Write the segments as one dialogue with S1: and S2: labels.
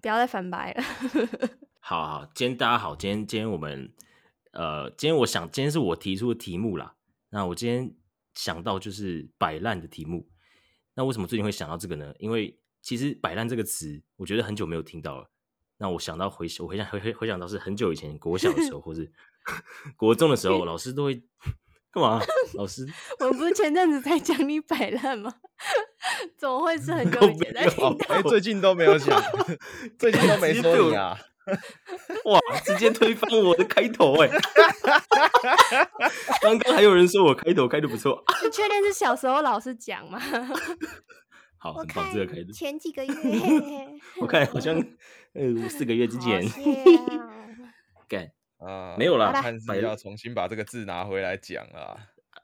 S1: 不要再反白了。
S2: 好好，今天大家好，今天今天我们呃，今天我想今天是我提出的题目啦。那我今天想到就是摆烂的题目。那为什么最近会想到这个呢？因为其实“摆烂”这个词，我觉得很久没有听到了。那我想到回，我回想回回回想到是很久以前国小的时候，或是国中的时候，老师都会干嘛？啊 老师
S1: 我们不是前阵子才讲你摆烂吗？ 怎么会是 很久以前在
S2: 靠
S1: 听
S2: 背
S1: 到？
S3: 哎、最近都没有讲， 最近都没说你啊。
S2: 哇，直接推翻我的开头哎、 刚刚还有人说我开头开的不错，
S1: 你确定是小时候老师讲吗？
S2: 好，
S4: 我
S2: 很棒，这个开头
S4: 看。前几个月
S2: 我看 好像呃五四个月之前
S4: 好像
S2: 干
S3: 啊、
S2: 没有啦，
S3: 看
S2: 摆
S3: 是要重新把这个字拿回来讲啦。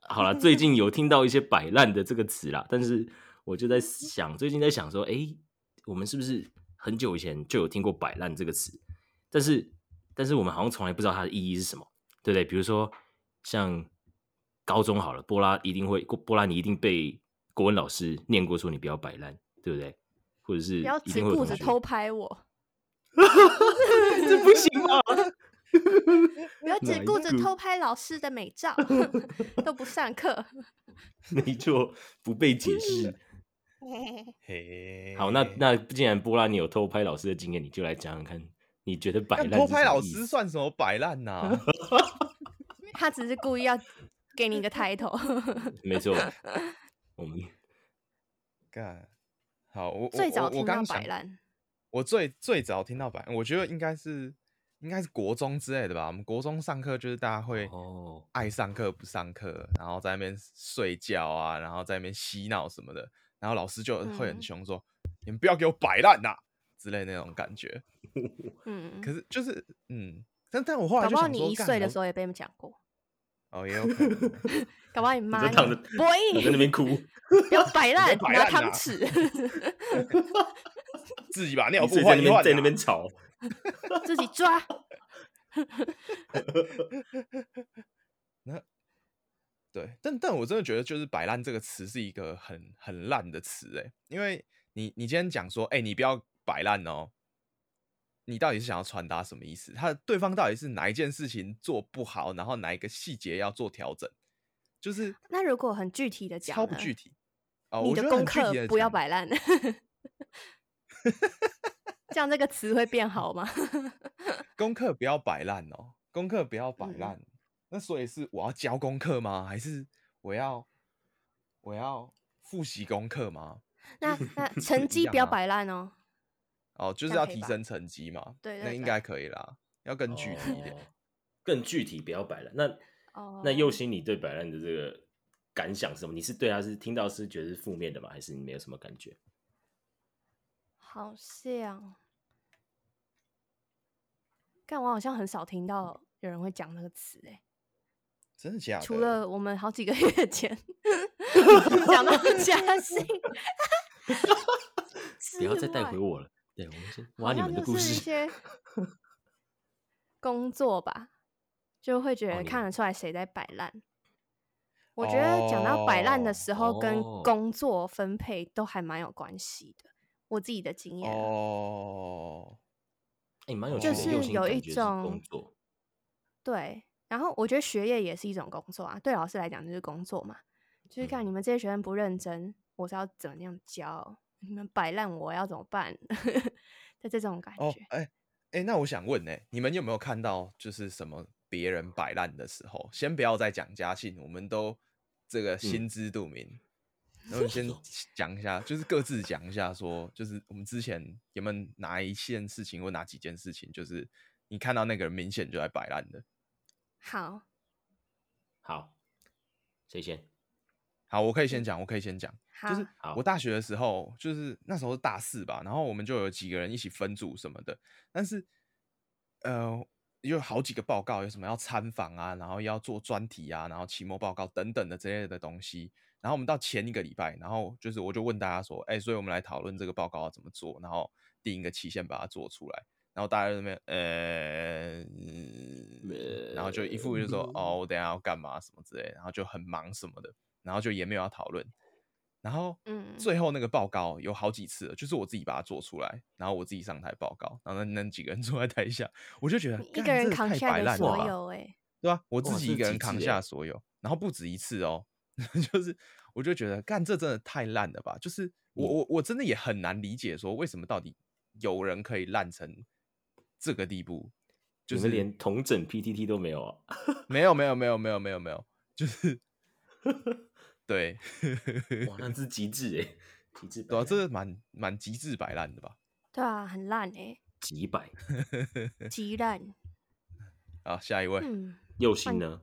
S2: 好了，最近有听到一些“摆烂”的这个词啦，但是我就在想，最近在想说，诶，我们是不是很久以前就有听过“摆烂”这个词？但是，但是我们好像从来不知道它的意义是什么，对不对？比如说像高中好了，波拉一定会，波拉你一定被国文老师念过，说你不要摆烂，对不对？或者是
S1: 不要
S2: 一
S1: 只
S2: 定会有
S1: 顾
S2: 同
S1: 着
S2: 学
S1: 偷拍我，
S2: 这不行吗？
S1: 不要
S2: 哪
S1: 只
S2: 一
S1: 顾着
S2: 个
S1: 偷拍老师的美 照，都不上课。
S2: 没错，不被解释。
S3: 嘿，
S2: 好，那那既然波拉你有偷拍老师的经验，你就来讲讲看，你觉得摆
S3: 但
S2: 烂
S3: 偷
S2: 是
S3: 拍
S2: 什么
S3: 老
S2: 意
S3: 师
S2: 思？
S3: 算什么摆烂呐？
S1: 他只是故意要给 你一个 title。
S2: 没错，我们
S3: 干，好，我我
S1: 最早
S3: 我我
S1: 听到
S3: 刚想
S1: 摆，烂，
S3: 我最最早听到摆，我觉得应该是应该是国中之类的吧。我们国中上课就是大家会
S2: 哦，
S3: 爱上课不上课，然后在那边睡觉啊，然后在那边嬉闹什么的，然后老师就会很
S1: 嗯
S3: 凶说：“你们不要给我摆烂呐！”之类那种感觉。
S1: 嗯，
S3: 可是就是嗯，但但我后来
S1: 搞
S3: 就
S1: 不好
S3: 想
S1: 你
S3: 说，
S1: 一
S3: 干
S1: 岁的
S3: 老
S1: 时候也被他们讲过，
S3: 哦，也有可能。
S1: 搞不好你妈
S2: 在
S1: 你
S2: 躺着
S1: 博
S2: 我在那
S1: 弈
S2: 边哭，
S1: 不要摆烂，
S3: 摆
S1: 拿
S3: 烂
S1: 汤
S3: 啊
S1: 匙，
S3: 自己把尿
S2: 一
S3: 布
S2: 直在
S3: 换
S2: 那
S3: 一换、啊
S2: 边在那边，吵。
S1: 自己抓。
S3: 对，但但我真的觉得就是“摆烂”这个词是一个很很烂的词哎，因为你你今天讲说，哎、你不要摆烂哦，你到底是想要传达什么意思？他对方到底是哪一件事情做不好，然后哪一个细节要做调整，就是
S1: 那如果很具体的讲，
S3: 超不具
S1: 体，
S3: 体哦。
S1: 你
S3: 我觉
S1: 的
S3: 得
S1: 功
S3: 很具
S1: 课
S3: 体地
S1: 不要
S3: 讲
S1: 摆烂，这样这个词会变好吗？
S3: 功课不要摆烂哦，功课不要摆
S1: 嗯
S3: 烂。那所以是我要交功课吗？还是我要我要复习功课吗？
S1: 那那
S3: 一
S1: 成绩
S3: 样
S1: 不要
S3: 啊
S1: 摆烂哦。
S3: 哦，就
S1: 这
S3: 是
S1: 样
S3: 要
S1: 可以
S3: 提
S1: 吧
S3: 升成绩嘛。
S1: 对
S3: 那
S1: 对
S3: 应
S1: 对
S3: 该可以啦，要更具体一点。
S2: 哦，更具体，不要摆烂。那
S1: 哦，
S2: 那右心，你对摆烂的这个感想是什么？你是对他是听到是觉得是负面的吗？还是你没有什么感觉？
S1: 好像，但我好像很少听到有人会讲那个词诶、
S3: 真的假的？
S1: 除了我们好几个月 前讲到 嘉兴之外，
S2: 不要再带回我了。对，我们先挖
S1: 好
S2: 你
S1: 像
S2: 们
S1: 就
S2: 的故
S1: 哦 是一
S2: 事。
S1: 些工作吧，就会觉
S2: 哦
S1: 得
S2: 你
S1: 看得出来谁在摆烂。我觉得讲到摆烂的时候，跟
S2: 哦哦
S1: 工作分配都还蛮有关系的。我自己的经验啊、
S3: 哦，
S2: 哎，蛮有趣
S3: 就
S2: 的，
S3: 是
S2: 用心
S1: 有
S2: 感
S1: 一
S2: 觉是
S1: 种
S2: 工作。
S1: 对，然后我觉得学业也是一种工作啊，对老师来讲就是工作嘛，就是看
S2: 嗯
S1: 你们这些学生不认真，我是要怎么样教？你们摆烂，我要怎么办？ 的这种感觉，
S3: 哦，哎、哎、那我想问呢、你们有没有看到就是什么别人摆烂的时候？先不要再讲家信，我们都这个心知肚明。然 后先讲一下，就是各自讲一下说就是我们之前有没有哪一件事情或哪几件事情，就是你看到那个人明显就在摆烂的。
S1: 好，
S2: 好，谁先？
S3: 好，我可以
S1: 嗯
S3: 先讲，我可以先讲。
S1: 好，
S3: 就是
S2: 好
S3: 我大学的时候，就是那时候是大四吧，然后我们就有几个人一起分组什么的，但是呃，有好几个报告，有什么要参访啊，然后要做专题啊，然后期末报告等等的之类的东西。然后我们到前一个礼拜，然后就是我就问大家说，哎、所以我们来讨论这个报告要怎么做，然后定一个期限把它做出来。然后大家就在那边，呃，嗯然后就一副就说，哦，我等一下要干嘛什么之类的，然后就很忙什么的，然后就也没有要讨论。然后，
S1: 嗯
S3: 最后那个报告有好几次了，就是我自己把它做出来，然后我自己上台报告，然后那那几个人坐在台下，我就觉得
S1: 你一
S3: 呃干
S1: 个
S3: 这
S1: 人
S3: 个
S1: 扛
S3: 太
S1: 下
S3: 摆
S1: 你
S3: 烂
S1: 的
S3: 了吧
S1: 所有、欸，
S3: 对啊，我自
S2: 哇
S3: 己
S2: 这
S3: 一个
S2: 是
S3: 人
S2: 极
S3: 扛
S2: 致
S3: 下
S2: 欸
S3: 所有，然后不止一次哦， 就是我就觉得干这真的太烂了吧！就是我我我真的也很难理解说为什么到底有人可以烂成这个地步，就
S2: 你
S3: 是
S2: 们连同整 PTT 都没有啊？
S3: 没有没有没有没有没有没有，就是对
S2: 哇，那是极致哎、极致
S3: 对啊，
S2: 百
S3: 这
S2: 烂
S3: 个蛮蛮极致摆烂的吧？
S1: 对啊，很烂哎、
S2: 几百
S1: 欸，极烂。
S3: 啊，下一位，
S1: 嗯，
S2: 右心呢？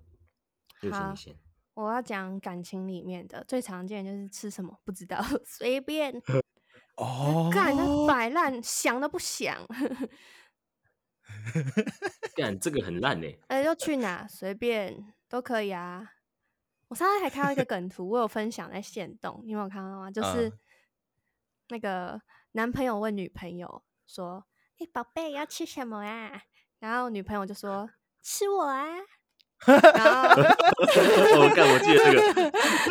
S2: 右心
S1: 好
S2: 你先，
S1: 我要讲感情里面的最常见的就是吃什么不知道， 随便
S3: 哦，
S1: 干，那摆烂想都不想，
S2: 干这个很烂哎、
S1: 哎，要去哪随便都可以啊。我上次还看到一个梗图，我有分享在线动，你们有看到吗？就是
S3: 嗯
S1: 那个男朋友问女朋友说：“哎、宝贝要吃什么啊？”然后女朋友就说：“吃我啊。”然后，
S2: 我哦干、我记得这个，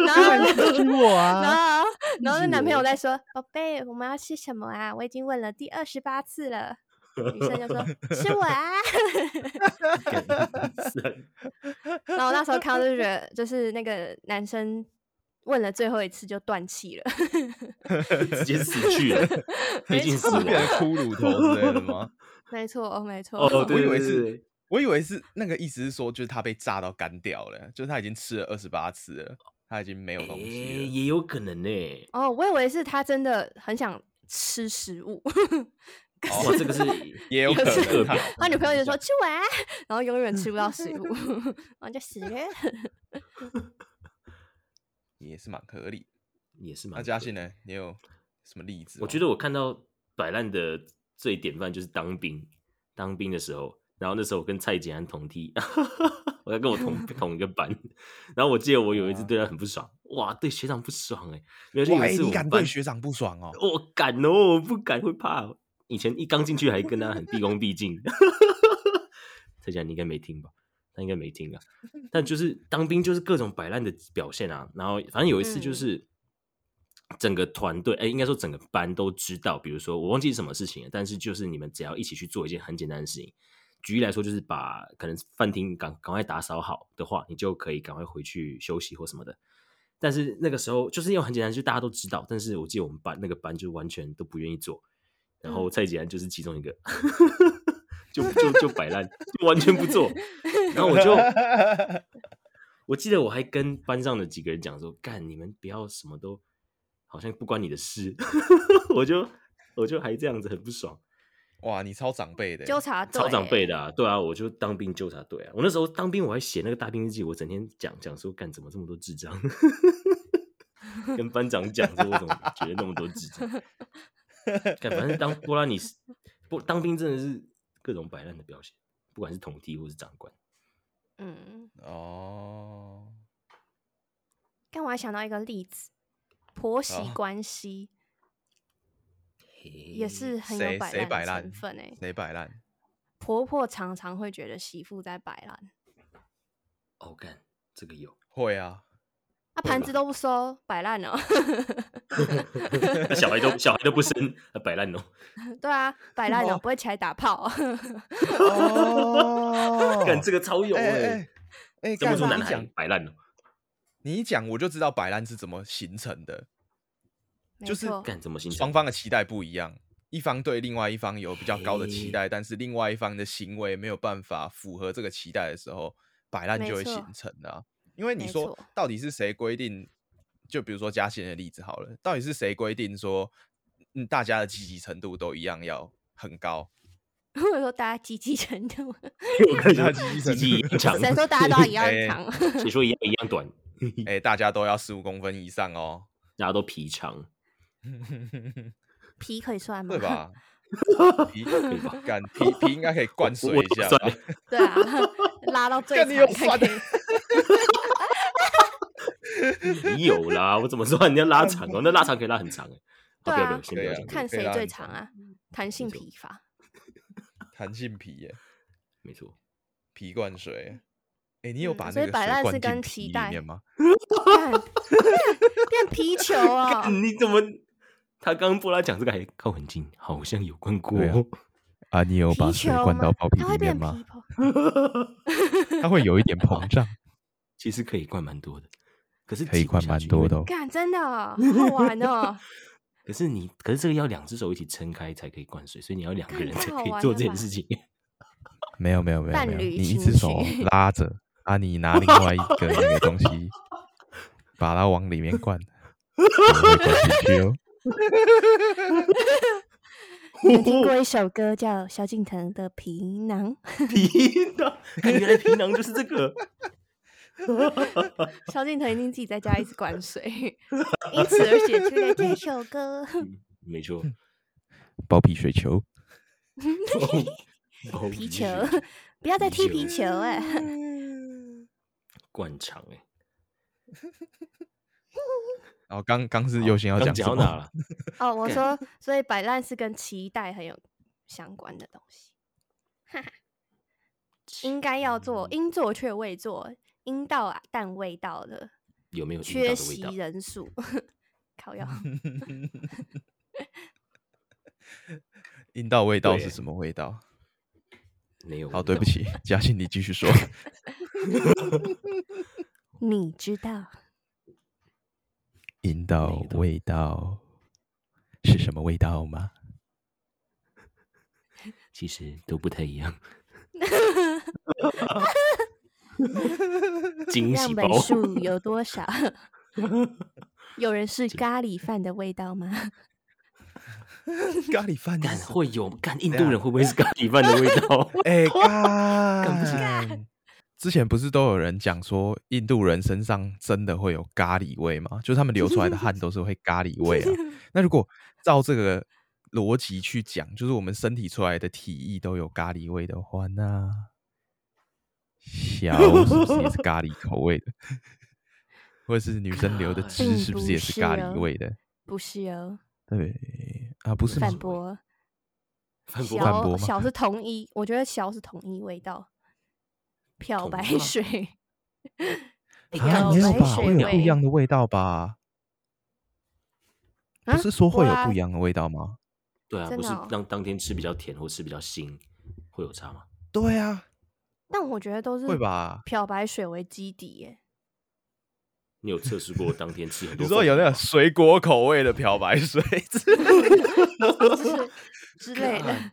S1: 然 后，
S5: 是我
S1: 然
S5: 啊！
S1: 后，然后那男朋友
S2: 我
S1: 在说：“宝贝，我们要吃什么啊？我已经问了第二十八次了。”女生就 说：“吃我啊。”
S2: 干三
S1: 然后我那时候看到就觉得，就是那个男生问了最后一次就断气了，
S2: 直接死去了，接近死
S3: 是
S2: 亡。
S3: 变成骷髅头之类的 吗？
S1: 没错， 没错。
S2: 哦，
S3: 我
S2: 对
S3: 以
S2: 对
S3: 为
S2: 对
S3: 是
S2: 对，
S3: 我以为是那个意思是说，就是他被炸到干掉了，就是他已经吃了二十八次了，他已经没有东
S2: 诶
S3: 西了。
S2: 也有可能欸呢、
S1: 哦，我以为是他真的很想吃食 物，
S2: 哇，这个是
S3: 哦也有可
S2: 是
S3: 能
S2: 个
S3: 他
S2: 表，
S1: 他女朋友就 说吃完，然后永远吃不到食物，然后就死了。
S3: 也是蛮合理。
S2: 也是蛮。
S3: 那嘉信？呢？你有什么例子吗？哦
S2: 我觉得我看到摆烂的最典范就是当兵，当兵的时候，然后那时候我跟蔡景安同梯， 我在跟我 同同一个班，然后我记得我有一次对他很不爽，哇，对学长不爽哎、欸，没有就
S3: 哇，
S2: 有
S3: 哎、
S2: 一次
S3: 你
S2: 我们
S3: 敢对
S2: 班，
S3: 学长不爽哦？
S2: 我敢哦，我不敢会怕哦，以前一刚进去还跟他很毕恭毕敬，蔡景安你应该没听吧？他应该没听啊，但就是当兵就是各种摆烂的表现啊。然后反正有一次就
S1: 嗯
S2: 是整个团队，哎、应该说整个班都知道，比如说我忘记是什么事情了，但是就是你们只要一起去做一件很简单的事情，举例来说，就是把可能饭厅赶赶快打扫好的话，你就可以赶快回去休息或什么的。但是那个时候就是因为很简单，就大家都知道，但是我记得我们班那个班就完全都不愿意做，然后
S1: 嗯
S2: 蔡杰安就是其中一个， 就就就摆烂，就完全不做， 然后我 就。我记得我还跟班上的几个人讲说：“干，你们不要什么都好像不关你的事。” 我就我就还这样子很不爽，
S3: 哇，你超长辈的耶，
S1: 纠 察队，
S2: 超长辈的、啊，对啊，我就当兵纠察队啊。我那时候当兵，我还写那个大兵日记，我整天讲讲说，干怎么这么多智障， 跟班长讲说，我怎么觉得那么多智障。干，反正当波拉尼斯不当兵真的是各种摆烂的表现，不管是统体或是长官。
S1: 嗯，
S3: 哦。
S1: 但我还想到一个例子，婆媳
S2: 哦
S3: 好
S1: 关系也
S2: 嘿
S1: 是很
S3: 谁
S1: 有摆
S3: 谁摆
S1: 烂的
S3: 烂
S1: 成分诶、
S3: 谁摆烂？
S1: 婆婆常常会觉得媳妇在摆烂，
S2: 哦，干这个有，
S3: 会啊，
S1: 啊，盘 子都不收，摆烂哦。
S2: 小孩都小孩都不生，啊摆烂哦。
S1: 对啊，摆烂
S3: 哦
S1: 哦，不会起来打炮哦。
S3: 哦
S2: 干这个超有
S3: 哎
S2: 哎、
S3: 哎哎，
S2: 这么
S3: 干
S2: 说男
S3: 你
S2: 孩
S3: 讲
S2: 摆烂哦，
S3: 你一讲，我就知道摆烂是怎么形成的。
S1: 没
S3: 就是
S1: 错
S2: 干怎么形
S3: 双
S2: 成？
S3: 方的期待不一样，一方对另外一方有比较高的期
S2: 嘿
S3: 待，但是另外一方的行为没有办法符合这个期待的时候，摆烂
S1: 没
S3: 就会形
S1: 错
S3: 成的啊、因为你
S1: 没
S3: 说
S1: 错
S3: 到底是谁规定？就比如说嘉欣的例子好了，到底是谁规定说，嗯，大家的积极程度都一样要 很高？
S1: 我说大家积极程 度，
S2: 我看
S3: 他鸡鸡
S2: 鸡鸡一样长，
S1: 谁说大家都要一样
S3: 哎
S1: 长？
S2: 谁说一样一样短？
S3: 哎、大家都要十五公分以上哦，
S2: 大家都皮长，
S1: 皮可以算吗？
S3: 对？ 吧？皮
S2: 可以吧？
S3: 干皮皮应该可以灌
S2: 我
S3: 水
S2: 我
S3: 一下
S2: 算欸了
S3: 吧，
S1: 对啊， 拉 到最
S3: 干你有
S1: 长才
S3: 酸
S1: 可以。
S2: 有啦， 我怎么说？你要拉长哦，那拉长可以拉很长哎。好
S1: 对
S2: 不要
S1: 啊
S2: 不要，先不
S3: 对
S2: 要
S3: 啊
S2: 先不要，
S1: 看
S3: 可以
S1: 谁
S3: 拉
S1: 最
S3: 很
S1: 长
S3: 长
S1: 啊？弹性
S2: 错
S1: 皮 法，
S3: 弹性皮耶、
S2: 没错，
S3: 皮灌水。哎、你有
S1: 嗯
S3: 把
S1: 所
S3: 那
S1: 以
S3: 个
S1: 摆
S3: 水
S1: 烂
S3: 灌
S1: 是跟
S3: 进
S1: 期
S3: 皮里
S1: 待
S3: 面吗？
S1: 干变皮球哦，
S3: 嗯
S2: 干你怎么？他刚刚波拉讲这个还靠很近，好像有关过
S3: 对啊
S2: 哦。
S3: 啊，你有把
S1: 皮
S3: 水
S1: 球
S3: 灌
S1: 吗
S3: 到包皮
S1: 它会
S3: 里面
S1: 变
S3: 吗
S1: 皮？球。
S3: 它会有一点膨 胀，
S2: 其实可以灌蛮多的，可是
S3: 可以
S2: 挤不
S3: 灌
S2: 下
S3: 蛮
S2: 去
S3: 多
S2: 因为
S3: 的哦。
S1: 干，真的哦、好玩哦！
S2: 可是你，可是这个要两只手一起撑开才可以灌水，所以你要两个
S1: 干
S2: 人
S1: 太
S2: 才
S1: 好
S2: 可以
S1: 玩
S2: 做
S1: 了
S2: 这件
S1: 吧
S2: 事情。
S3: 哦没有没有没有
S1: 伴
S3: 没有，
S1: 侣
S3: 你一
S1: 情
S3: 只手
S1: 趣
S3: 拉着啊，你拿 另外一个那个东西，把它往里面灌，也会灌进去哦。
S1: 你们听过一首歌叫萧敬腾的《皮囊》，
S2: 皮囊，看哎原来皮囊就是这个。
S1: 萧敬腾一定自己在家一直灌水， 因此而写出了这首 歌。
S2: 没错，
S3: 包皮水球，
S2: 包
S1: 皮
S2: 皮
S1: 球
S2: 水，
S1: 不要再
S2: 皮
S1: 踢皮球 哎、
S2: 灌肠哎，
S3: 然后哦刚刚是优先要
S2: 刚
S3: 讲什
S2: 讲到哪
S3: 么？
S2: 了？
S1: 哦，我
S2: 干
S1: 说，所以摆烂是跟期待很有相关的东西，应该要做，应做却未做，应到啊但未到的
S2: 有没有阴
S1: 缺
S2: 道的味
S1: 席
S2: 道？
S1: 人数， 靠药。
S3: 阴道味道
S2: 对
S3: 是什么味道？
S2: 没有。
S3: 好，对不，起，嘉欣，你继续 说。
S1: 你知道
S3: 阴道
S2: 道
S3: 味道是什么味道吗？
S2: 其实都不太一 样。 惊喜
S1: 样
S2: 包
S1: 本数 有多少？有人是咖喱饭的味道吗？
S3: 咖喱饭
S2: 干
S3: 是什么
S2: 会有干印度人会不会是咖喱饭的味 道？
S3: 哎
S2: 干不起
S3: 干！之前不是都有人讲说，印度人身上真的会有咖喱味吗？就是他们流出来的汗都是会咖喱 味啊。那如果照这个逻辑去讲，就是我们身体出来的体液都有咖喱味的话，那小 是不是也是咖喱口味的？ 或者是女生流的汁
S1: 并
S3: 是不
S1: 不
S3: 是也是咖
S2: 啊
S3: 喱
S1: 哦
S3: 味的？
S1: 不是哦，
S3: 对啊，不是吗
S1: 反？驳，
S2: 反驳
S3: 反驳
S1: 小小
S3: 吗
S1: 是同一，我觉得小是同一味道，漂
S2: 同
S1: 白
S2: 一吗
S1: 水。 漂
S3: 啊，没有
S1: 白
S3: 吧？
S1: 水
S3: 会有不一
S1: 味
S3: 样的味道吧？
S1: 啊
S3: 不是说会有
S1: 哇
S3: 不一样的味道吗？
S2: 对啊，
S1: 真
S2: 不
S1: 的
S2: 是
S1: 哦
S2: 让当天吃比较甜或吃比较腥会有差吗？
S3: 对啊，
S1: 但我觉得都是
S3: 会吧？
S1: 漂白水为基底 耶。
S2: 你有测试过当天吃很多凤
S3: 你说
S2: 梨吗？
S3: 有那个水果口味的漂白水 之类的，
S1: 之类的
S2: 干。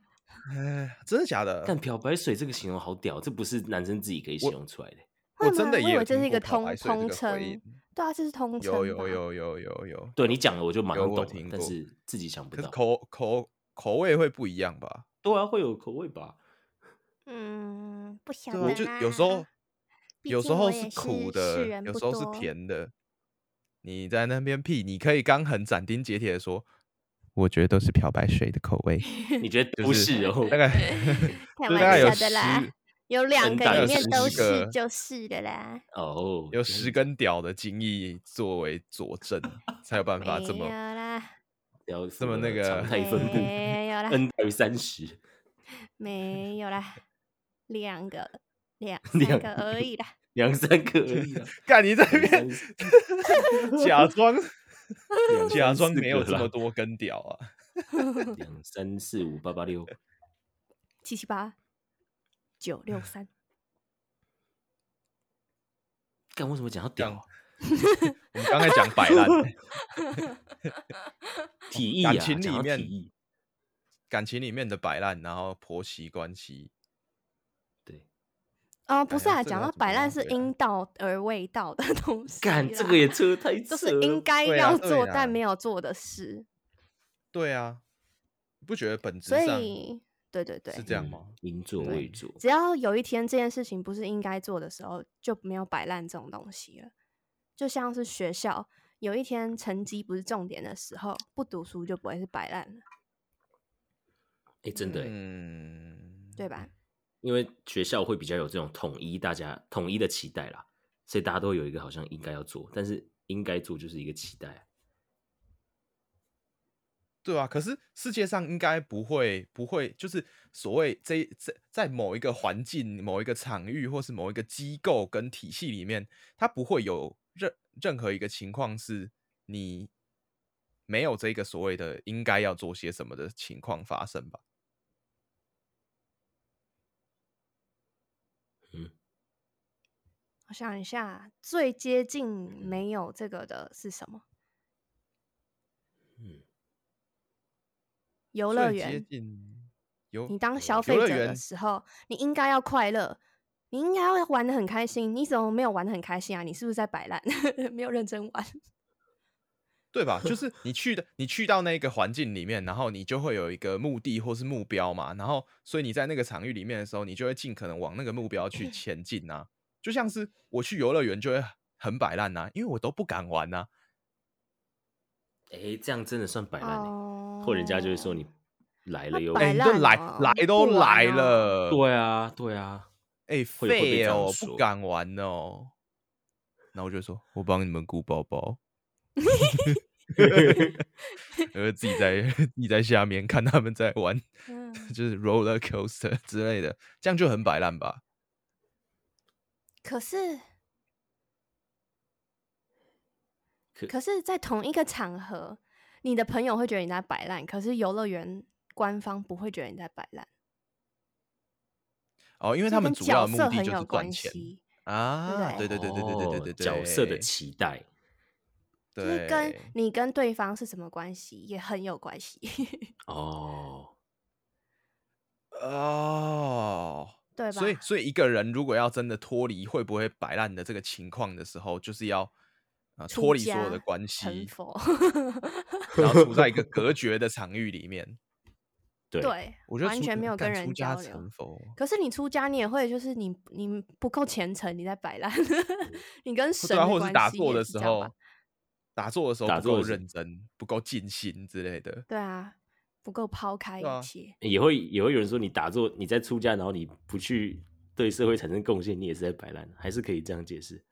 S3: 哎，真的假的？
S2: 但漂白水这个形容好屌，这不是男生自己可以形容出来的。
S3: 我
S1: 会
S3: 真
S1: 吗
S3: 的
S1: 我
S3: 也
S1: 以
S3: 有
S1: 为这
S3: 听
S1: 是一个
S3: 过漂
S1: 通
S3: 白水
S1: 通
S3: 这个回
S1: 称
S3: 应，
S1: 对啊，这是通称吧。
S3: 有有有有有有，
S2: 对你讲了，我就马上
S3: 有我
S2: 懂
S3: 听
S2: 了，但
S3: 过
S2: 是自己想不
S3: 可是
S2: 到。
S3: 口口口味会不一样吧？
S2: 对啊，会有口味吧？
S1: 嗯，不晓
S3: 对
S1: 得
S3: 啊，
S1: 啦。
S3: 就有时候
S1: 毕
S3: 有时
S1: 竟
S3: 候
S1: 我也
S3: 是
S1: 是
S3: 苦
S1: 世
S3: 的，
S1: 人
S3: 有
S1: 不
S3: 时候
S1: 多
S3: 是甜的。你在那边屁，你可以刚很斩钉截铁的说，我觉得都是漂白水的口 味，
S2: 你觉得
S3: 就
S2: 不是哦？
S3: 大概
S1: 开
S3: 就大概
S1: 玩
S3: 有
S1: 笑的啦
S3: 十。
S1: 有两
S2: 真
S1: 个
S2: 大
S1: 里
S2: 有
S1: 面
S2: 十
S1: 都
S2: 几
S1: 是
S3: 个
S1: 就是的啦。
S2: 哦，原
S3: 有
S2: 来
S3: 十根屌的精益作为佐证，才有办
S1: 没
S3: 法这
S1: 有
S3: 么
S1: 啦，
S2: 要
S3: 这么那个
S2: 常态分布
S1: 没有啦，
S3: 嗯
S2: n 大于三十，
S1: 没有啦，两个 两
S2: 两
S1: 三个而已啦。
S2: 两三个而已啊。
S3: 干你在那
S2: 两
S3: 边
S2: 三四
S3: 假装
S2: 两
S3: 啊假
S2: 三
S3: 装
S2: 四
S3: 没有
S2: 个
S3: 这么
S2: 啦
S3: 多根屌啊！
S2: 两三四五八八六，
S1: 七七八九六三，
S2: 干为什么讲到屌啊？
S3: 我们刚才讲 摆烂，
S2: 体液啊，
S3: 感情
S2: 讲
S3: 里
S2: 到体
S3: 面
S2: 液，
S3: 感情里面的摆烂，然后婆媳关系，
S2: 对，
S1: 哦，不
S3: 哎
S1: 是
S3: 呀
S1: 啊，
S3: 这
S1: 讲
S3: 个
S1: 到
S3: 怎
S1: 摆
S3: 么
S1: 烂
S3: 样
S1: 是
S3: 对啊
S1: 应到而未到的 东西啦。
S2: 干这个也扯太扯
S1: 就
S2: 了，
S1: 啊是应该
S3: 对啊
S1: 要
S3: 对
S1: 做
S3: 啦
S1: 但没有做的事，
S3: 对啊，你不觉得本质
S1: 所
S3: 上
S1: 以对对对
S3: 是，这样吗？
S2: 嗯？应做
S3: 对
S2: 未做，
S1: 只要有一天这件事情不是应该做的时候，就没有摆烂这种东西了。就像是学校有一天成绩不是重点的时候，不读书就不会是摆烂了，
S2: 哎，真的欸，
S3: 嗯，
S1: 对吧？
S2: 因为学校会比较有这种统一大家统一的期待啦，所以大家都有一个好像应该要做，但是应该做就是一个期待啊。
S3: 对啊，可是世界上应该不会不会，就是所谓这这在某一个环境、某一个场域，或是某一个机构跟体系里面，它不会有任任何一个情况是你没有这个所谓的应该要做些什么的情况发生吧？
S1: 我想一下，最接近
S3: 嗯
S1: 没有这个的是什么？
S2: 嗯，
S1: 游乐
S3: 最接
S1: 园。
S3: 近游
S1: 你当
S3: 游
S1: 消
S3: 游
S1: 费
S3: 乐
S1: 者的
S3: 园
S1: 时候，你应该要快乐，你应该要玩的很开心。你怎么没有玩的很开心啊？你是不是在摆烂？ 没有认真玩？
S3: 对 吧？就是你去的，你去到那个环境里面，然后你就会有一个目的或是目标嘛，然后所以你在那个场域里面的时候，你就会尽可能往那个目标去前进啊。就像是我去游乐园就会很摆烂啊呐，因为我都不敢玩啊呐、
S2: 哎、这样真的算摆烂、欸，
S1: 哦
S2: 或人家就会说你来
S1: 那
S2: 了又
S1: 摆
S3: 哎、
S1: 烂
S3: 你都来
S1: 哦
S3: 来都
S1: 不玩
S3: 来
S1: 哦
S3: 了，
S2: 对啊，对啊，
S3: 哎、
S2: 会会被这
S3: 废
S2: 样
S3: 哦，
S2: 说
S3: 不敢玩哦。然后我就说，我帮你们顾包 包， 然后自己在自己在下面看他们在玩，
S1: 嗯
S3: 就是 roller coaster 之类的，这样就很摆烂吧？
S1: 可 是，
S2: 可
S1: 可是在同一个场合，你的朋友会觉得你在摆烂，可是游乐园官方不会觉得你在摆烂，
S3: 哦，因为
S1: 因
S3: 他们主
S1: 角
S3: 要的目
S1: 色
S3: 的
S1: 很有
S3: 就是赚
S1: 关
S3: 钱
S1: 系，
S3: 啊！
S1: 对
S3: 对对对对对对对
S2: 哦
S3: 对对，
S2: 角色的期待，
S1: 就
S3: 对，
S1: 是跟你跟对方是什么关系也很有关系。
S2: 哦，
S3: 哦，
S1: 对吧？
S3: 所以所以一个人如果要真的脱离会不会摆烂的这个情况的时候，就是要呃
S1: 出
S3: 脱离所
S1: 家
S3: 有的关
S1: 成
S3: 系，
S1: 佛，
S3: 然后处在一 个 隔绝的场域里面。
S2: 对，
S1: 对，
S3: 我觉得
S1: 完
S3: 出
S1: 全没有
S3: 干
S1: 跟
S3: 出
S1: 人
S3: 家
S1: 交流
S3: 成。佛，
S1: 可是你出家，你也会就是你你不够虔诚，你在摆烂， 你跟神
S3: 对啊，
S1: 的
S3: 或者
S1: 关
S3: 是打
S1: 系
S3: 坐
S1: 也
S3: 的
S1: 是
S3: 时
S1: 这样吧
S3: 候，打坐的时候
S2: 打
S3: 不
S2: 坐
S3: 够
S2: 的时候
S3: 认真，不够尽心之类的。
S1: 对啊，不够抛开
S3: 对啊
S1: 一切，
S2: 也会也会有人说你打坐，你在出家，然后你不去对社会产生贡献，你也是在摆烂，还是可以这样解释。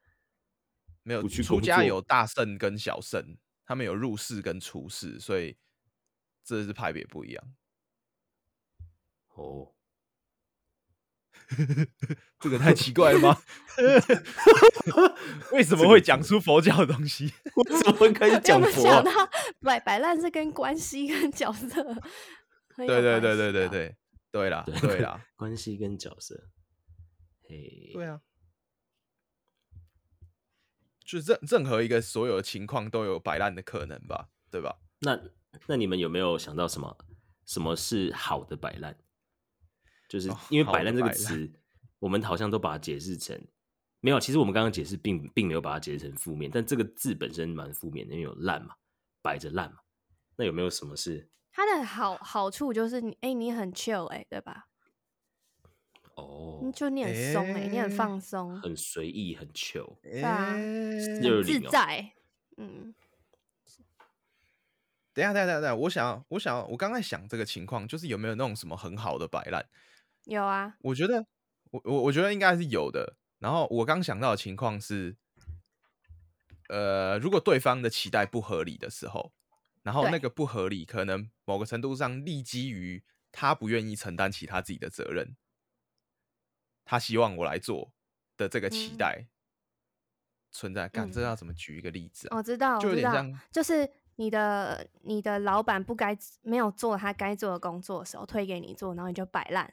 S3: 没有
S2: 不去
S3: 出
S2: 工
S3: 家
S2: 作
S3: 有大圣跟小圣，他们有入世跟出世，所以这是派别不一 样。
S2: 哦，
S3: 这个太奇怪了吗？ 为什么会讲出佛教的东西？
S2: 我怎 么开始
S1: 我
S2: 讲
S1: 们
S2: 佛、
S1: 想
S2: 啊
S1: 到？摆摆烂是跟关系跟角色 很有关系吧，
S3: 对对对对对对对啦， 对啦，
S2: 关系跟角色，嘿，
S3: 对啊，就是任任何一个所有的情况都有摆烂的可能吧，对吧？
S2: 那那你们有没有想到什么什么是好的摆烂？就是
S3: 哦
S2: 因为“
S3: 好
S2: 摆
S3: 的
S2: 烂”这个
S3: 摆烂
S2: 词，我们好像都把它解释成没有。其实我们刚刚解释并并没有把它解释成负面，但这个字本身蛮负面的，因为有烂嘛，摆着烂嘛。那有没有什么是
S1: 它的好好处就是你哎、你很 chill 哎、对吧？
S2: 哦
S1: 你，就你很松哎、你很
S3: 诶
S1: 放松，
S2: 很随意、很糗？
S1: 啊
S3: 诶
S2: 就
S1: 很
S2: 是
S1: 自
S2: 领哦
S1: 在，嗯。
S3: 等一下，等一下，等一下等一下，我想要，我想要，我刚才想这个情况，就是有没有那种什么很好的摆烂？
S1: 有啊，
S3: 我觉得，我我我觉得应该是有的。然后我刚想到的情况是，呃，如果对方的期待不合理的时候，然后那
S1: 对
S3: 个不合理可能某个程度上立基于他不愿意承担起他自己的责任，他希望我来做的这个期
S1: 嗯
S3: 待存在。感，这
S1: 嗯哦
S3: 要怎么举一个例子啊？
S1: 我知道，我
S3: 就有
S1: 知
S3: 点
S1: 道
S3: 像，
S1: 就是你的你的老板不该没有做他该做的工作的时候，推给你做，然后你就摆烂，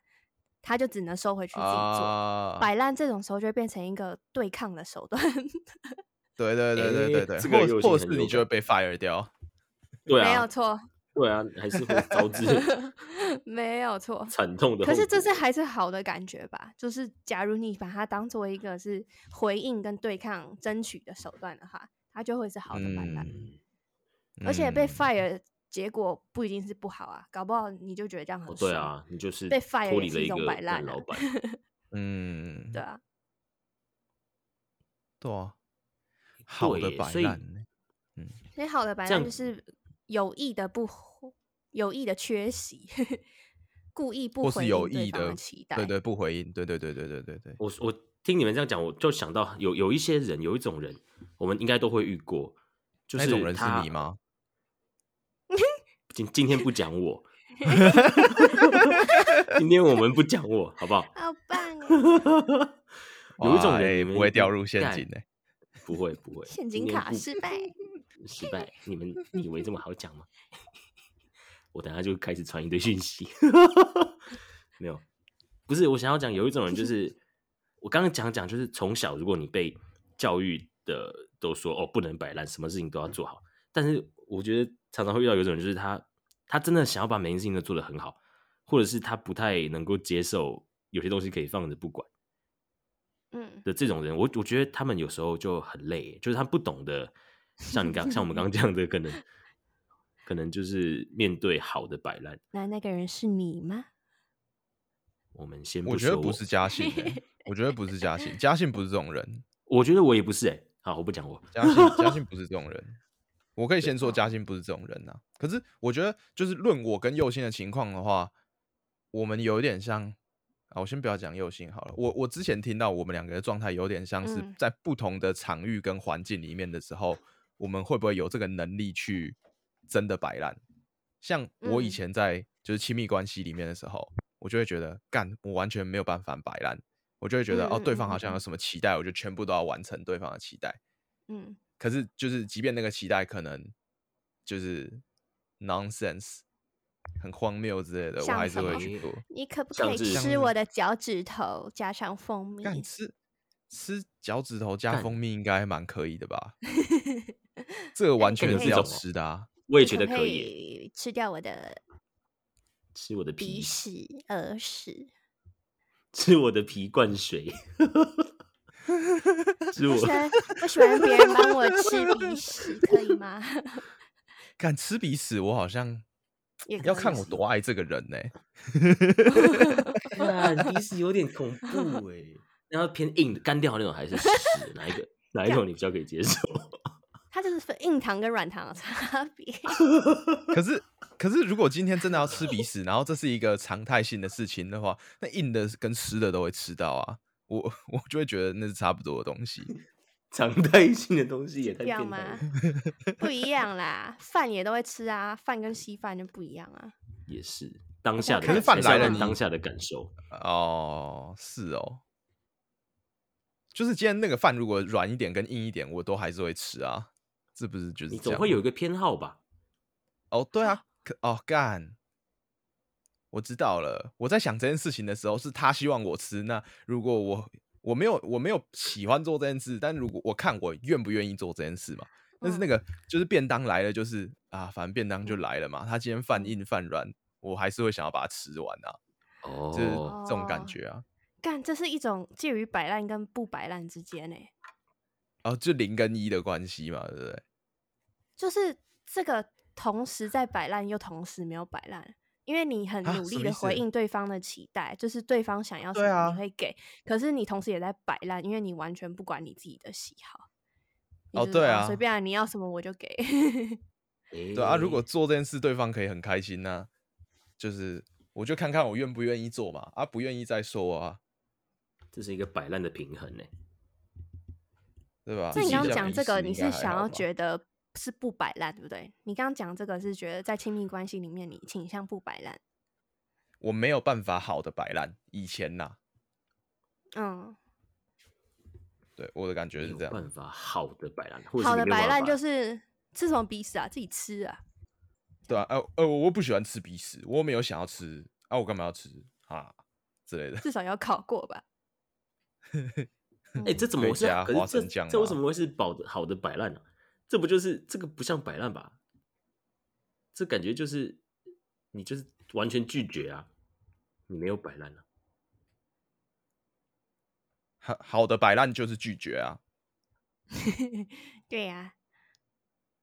S1: 他就只能收回去自己做。
S3: 啊，
S1: 摆烂这种时候就会变成一个对抗的手段，
S3: 对对对对
S2: 诶
S3: 对对，
S2: 哎这个
S3: 或
S2: 又是
S3: 或
S2: 很
S3: 是
S2: 有
S3: 你就会被 fire 掉。
S2: 对
S1: 没有
S2: 啊，
S1: 错，
S2: 对啊，还是会 招致
S1: 没有错。
S2: 惨痛的后果。
S1: 可是这是还是好的感觉吧？就是假如你把它当做一个是回应跟对抗、争取的手段的话，它就会是好的摆烂。
S2: 嗯
S1: 而且被
S3: 嗯
S1: fire 结果不一定是不好啊，搞不好你就觉得这样
S2: 哦
S1: 很
S2: 对
S1: 爽。
S2: 啊，你就是
S1: 被 fire
S2: 脱
S1: 也
S2: 离
S1: 是
S2: 了
S1: 一
S2: 个
S1: 种摆烂
S2: 烂
S1: 啊
S2: 老板。
S3: 嗯，
S1: 对啊，
S3: 对啊，好
S2: 对
S3: 的
S2: 耶
S3: 摆
S2: 所以
S3: 烂呢，
S1: 所以好的摆
S2: 这
S1: 烂就
S2: 样
S1: 是有意的不回有意的缺席， 故意不
S3: 或
S1: 回应
S3: 是有
S1: 对
S3: 意
S1: 方
S3: 的
S1: 期待。
S3: 对对，不回应，对对对对对对对，
S2: 我我听你们这样讲，我就想到有有一些人，有一种人，我们应该都会遇过，就
S3: 那
S2: 是
S3: 种人是
S2: 他
S3: 你？吗？
S2: 今今天不讲 我，今天我们不讲我，好不 好？
S4: 好棒 哦！
S2: 有一种
S3: 哇
S2: 人
S3: 哎
S2: 你们
S3: 不会
S2: 一定
S3: 掉入陷阱
S2: 干
S3: 哎
S2: 不会不会，
S4: 陷
S2: 今
S4: 阱
S2: 天
S4: 卡
S2: 不
S4: 失败，
S2: 失败，你们以为这么好讲吗？ 我等下就开始传一堆讯息， 没有，不是我想要讲，有一种人就是我刚刚讲讲，就是从小如果你被教育的都说哦不能摆烂，什么事情都要做好，但是我觉得常常会遇到有一种人，就是他他真的想要把每件事情都做得很好，或者是他不太能够接受有些东西可以放着不管。
S1: 嗯，
S2: 的这种人，我我觉得他们有时候就很累，就是他不懂得，像你刚像我们刚刚讲的，可能可能就是面对好的摆烂，
S1: 那那个人是你吗？
S2: 我们先
S3: 我觉
S2: 说
S3: 得
S2: 我，
S3: 不是嘉信哎，我觉得不是嘉信，嘉信不是这种人，
S2: 我觉得我也不是哎、好，我不讲我，
S3: 嘉信 嘉信不是这种人，我可以先
S1: 啊
S3: 说嘉信不是这种人呐、可是我觉得，就是论我跟佑星的情况的话，我们有一点像啊，我先不要讲佑星好了。我我之前听到我们两个的状态有点像是
S1: 嗯
S3: 在不同的场域跟环境里面的时候，我们会不会有这个能力去真的摆烂？像我以
S1: 嗯
S3: 前在就是亲密关系里面的时候，我就会觉得干，我完全没有办法摆烂，我就会觉得哦，
S1: 嗯嗯
S3: 对
S1: 嗯
S3: 方好
S1: 嗯
S3: 像有
S1: 嗯
S3: 什么期待，我就全部都要完成对方的期待。
S1: 嗯
S3: 可是就是即便那个期待可能就是 nonsense，很荒谬之类的，我
S1: 像
S3: 还是
S1: 什
S3: 会
S1: 么
S3: 去做。
S1: 你可不
S2: 像
S1: 可以
S2: 是
S1: 吃
S3: 像
S1: 我
S3: 是
S1: 的脚趾头加上蜂蜜？
S3: 干吃吃脚趾头加
S2: 干
S3: 蜂蜜应该还蛮可以的 吧？这个
S1: 哎
S3: 完
S1: 你可
S3: 全
S1: 以
S3: 是要
S2: 这种
S3: 吃的啊！
S2: 我也
S1: 你
S2: 觉得
S1: 可
S2: 可
S1: 不
S2: 以欸，
S1: 以吃掉我的
S2: 吃我的
S1: 鼻
S2: 皮，
S1: 屎、耳 屎，
S2: 吃我的皮灌水， 吃我
S1: 我喜 欢我喜欢别人帮我吃鼻屎，可以吗？
S3: 干吃鼻屎，我好像
S1: 也可
S3: 要
S1: 以
S3: 看我多爱这个人呢、
S2: 看啊鼻屎有点恐怖哎、 然后偏硬的干掉那种还是湿的哪一个哪一种你比较可以接受？
S1: 它就是分硬糖跟软糖的 差别。
S3: 可是可是如果今天真的要吃鼻屎，然后这是一个常态性的事情的话，那硬的跟湿的都会吃到啊。我 我就会觉得那是差不多的东西。
S2: 常态性的东西也太
S1: 这样
S2: 变态
S1: 吗
S2: 了。
S1: 不一样啦，饭也都会吃啊，饭跟稀饭就不一样啊。
S2: 也是当下的
S1: 可
S2: 感，
S1: 是
S3: 饭
S2: 还要
S3: 来了
S2: 看
S3: 你
S2: 当下的感受，
S3: 哦，是哦，就是今天那个饭如果软一点跟硬一点，我都还是会吃啊。这不是就是
S2: 你
S3: 这
S2: 总
S3: 样
S2: 会有
S3: 吗
S2: 一个偏好吧？
S3: 哦，对啊，可哦干，我知道了。我在想这件事情的时候，是他希望我吃。那如果我我没有我没有喜欢做这件事，但如果我看我愿不愿意做这件事嘛。但是那
S1: 嗯
S3: 个就是便当来了，就是啊，反正便当就来了嘛。他今天饭硬饭软，我还是会想要把它吃完啊，就是
S2: 哦，
S3: 这种感
S1: 哦
S3: 觉啊。
S1: 干，这是一种介于摆烂跟不摆烂之间欸呢、
S3: 哦，就零跟一的关系嘛，对不对？
S1: 就是这个同时在摆烂又同时没有摆烂，因为你很
S3: 啊
S1: 努
S3: 什
S1: 力
S3: 么
S1: 的
S3: 意思
S1: 回应对方的期待，就是对方想要什
S3: 对
S1: 么
S3: 啊
S1: 你会给，可是你同时也在摆烂，因为你完全不管你自己的喜好。你
S3: 哦
S1: 就是
S3: 对啊
S1: 随便、啊、你要什么我就给。
S2: 对
S3: 对啊，如果做这件事对方可以很开心呢、就是我就看看我愿不愿意做嘛，啊，不愿意再说啊，
S2: 这是一个摆烂的平衡呢，
S3: 对吧？
S1: 那你
S2: 己
S1: 刚
S2: 的
S1: 刚讲
S2: 意
S1: 这个，你是想要
S3: 得
S1: 觉得是不摆烂，对不对？你刚刚讲这个是觉得在亲密关系里面，你倾向不摆烂。
S3: 我没有办法好的摆烂，以前呐、
S1: 嗯，
S3: 对我的感觉
S2: 没
S3: 是
S2: 有
S3: 这样，
S2: 办法好的摆烂，或者
S1: 好
S2: 是
S1: 的
S2: 你没有
S1: 摆
S2: 办
S1: 烂
S2: 法
S1: 就是吃什么鼻屎啊，自己吃啊。
S3: 对啊，呃呃，我不喜欢吃鼻屎，我没有想要吃啊，我干嘛要吃啊之类的？
S1: 至少要考过 吧。嗯
S2: 哎，这怎么
S3: 可以
S2: 回事啊？
S3: 加
S2: 可
S3: 花
S2: 是
S3: 生
S2: 这
S3: 酱
S2: 这为
S3: 啊
S2: 什么会是保的好的摆烂呢？这不就是这个不像摆烂吧？这感觉就是你就是完全拒绝啊，你没有摆烂啊。
S3: 好好的摆烂就是拒绝啊，
S1: 嗯对呀、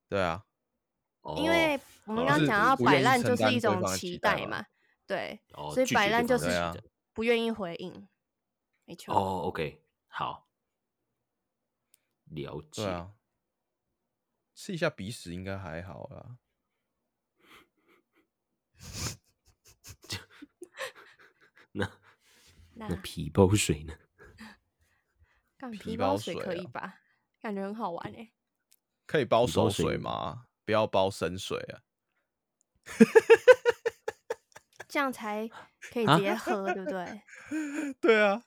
S3: 对啊，
S1: 因为我们
S2: 哦
S1: 刚刚
S2: 就是
S1: 讲到
S3: 不
S1: 摆
S3: 愿意
S1: 烂
S3: 承
S1: 就是
S3: 担
S1: 一
S3: 对
S1: 种
S3: 方的
S1: 期
S3: 期待
S1: 待
S3: 嘛
S1: 嘛，对，
S2: 哦
S1: 所以
S2: 拒
S1: 摆
S2: 绝
S1: 烂
S2: 对
S1: 就
S2: 方
S1: 是
S2: 的期
S3: 对啊
S2: 待
S1: 不愿意回应，没错。
S2: 哦，OK，好，了解
S3: 对。啊，吃一下鼻屎应该还好啦。
S2: 那
S1: 那
S2: 那皮包水呢？
S1: 干
S3: 皮
S1: 皮
S3: 包
S1: 包水
S3: 水
S1: 可以
S3: 啊
S1: 吧？感觉很好玩哎、
S3: 可以包
S2: 你包
S3: 手
S2: 水
S3: 水
S2: 吗
S3: 吗？不要包生水啊。
S1: 这样才可以
S2: 啊
S1: 直接喝，对不对？
S3: 对啊，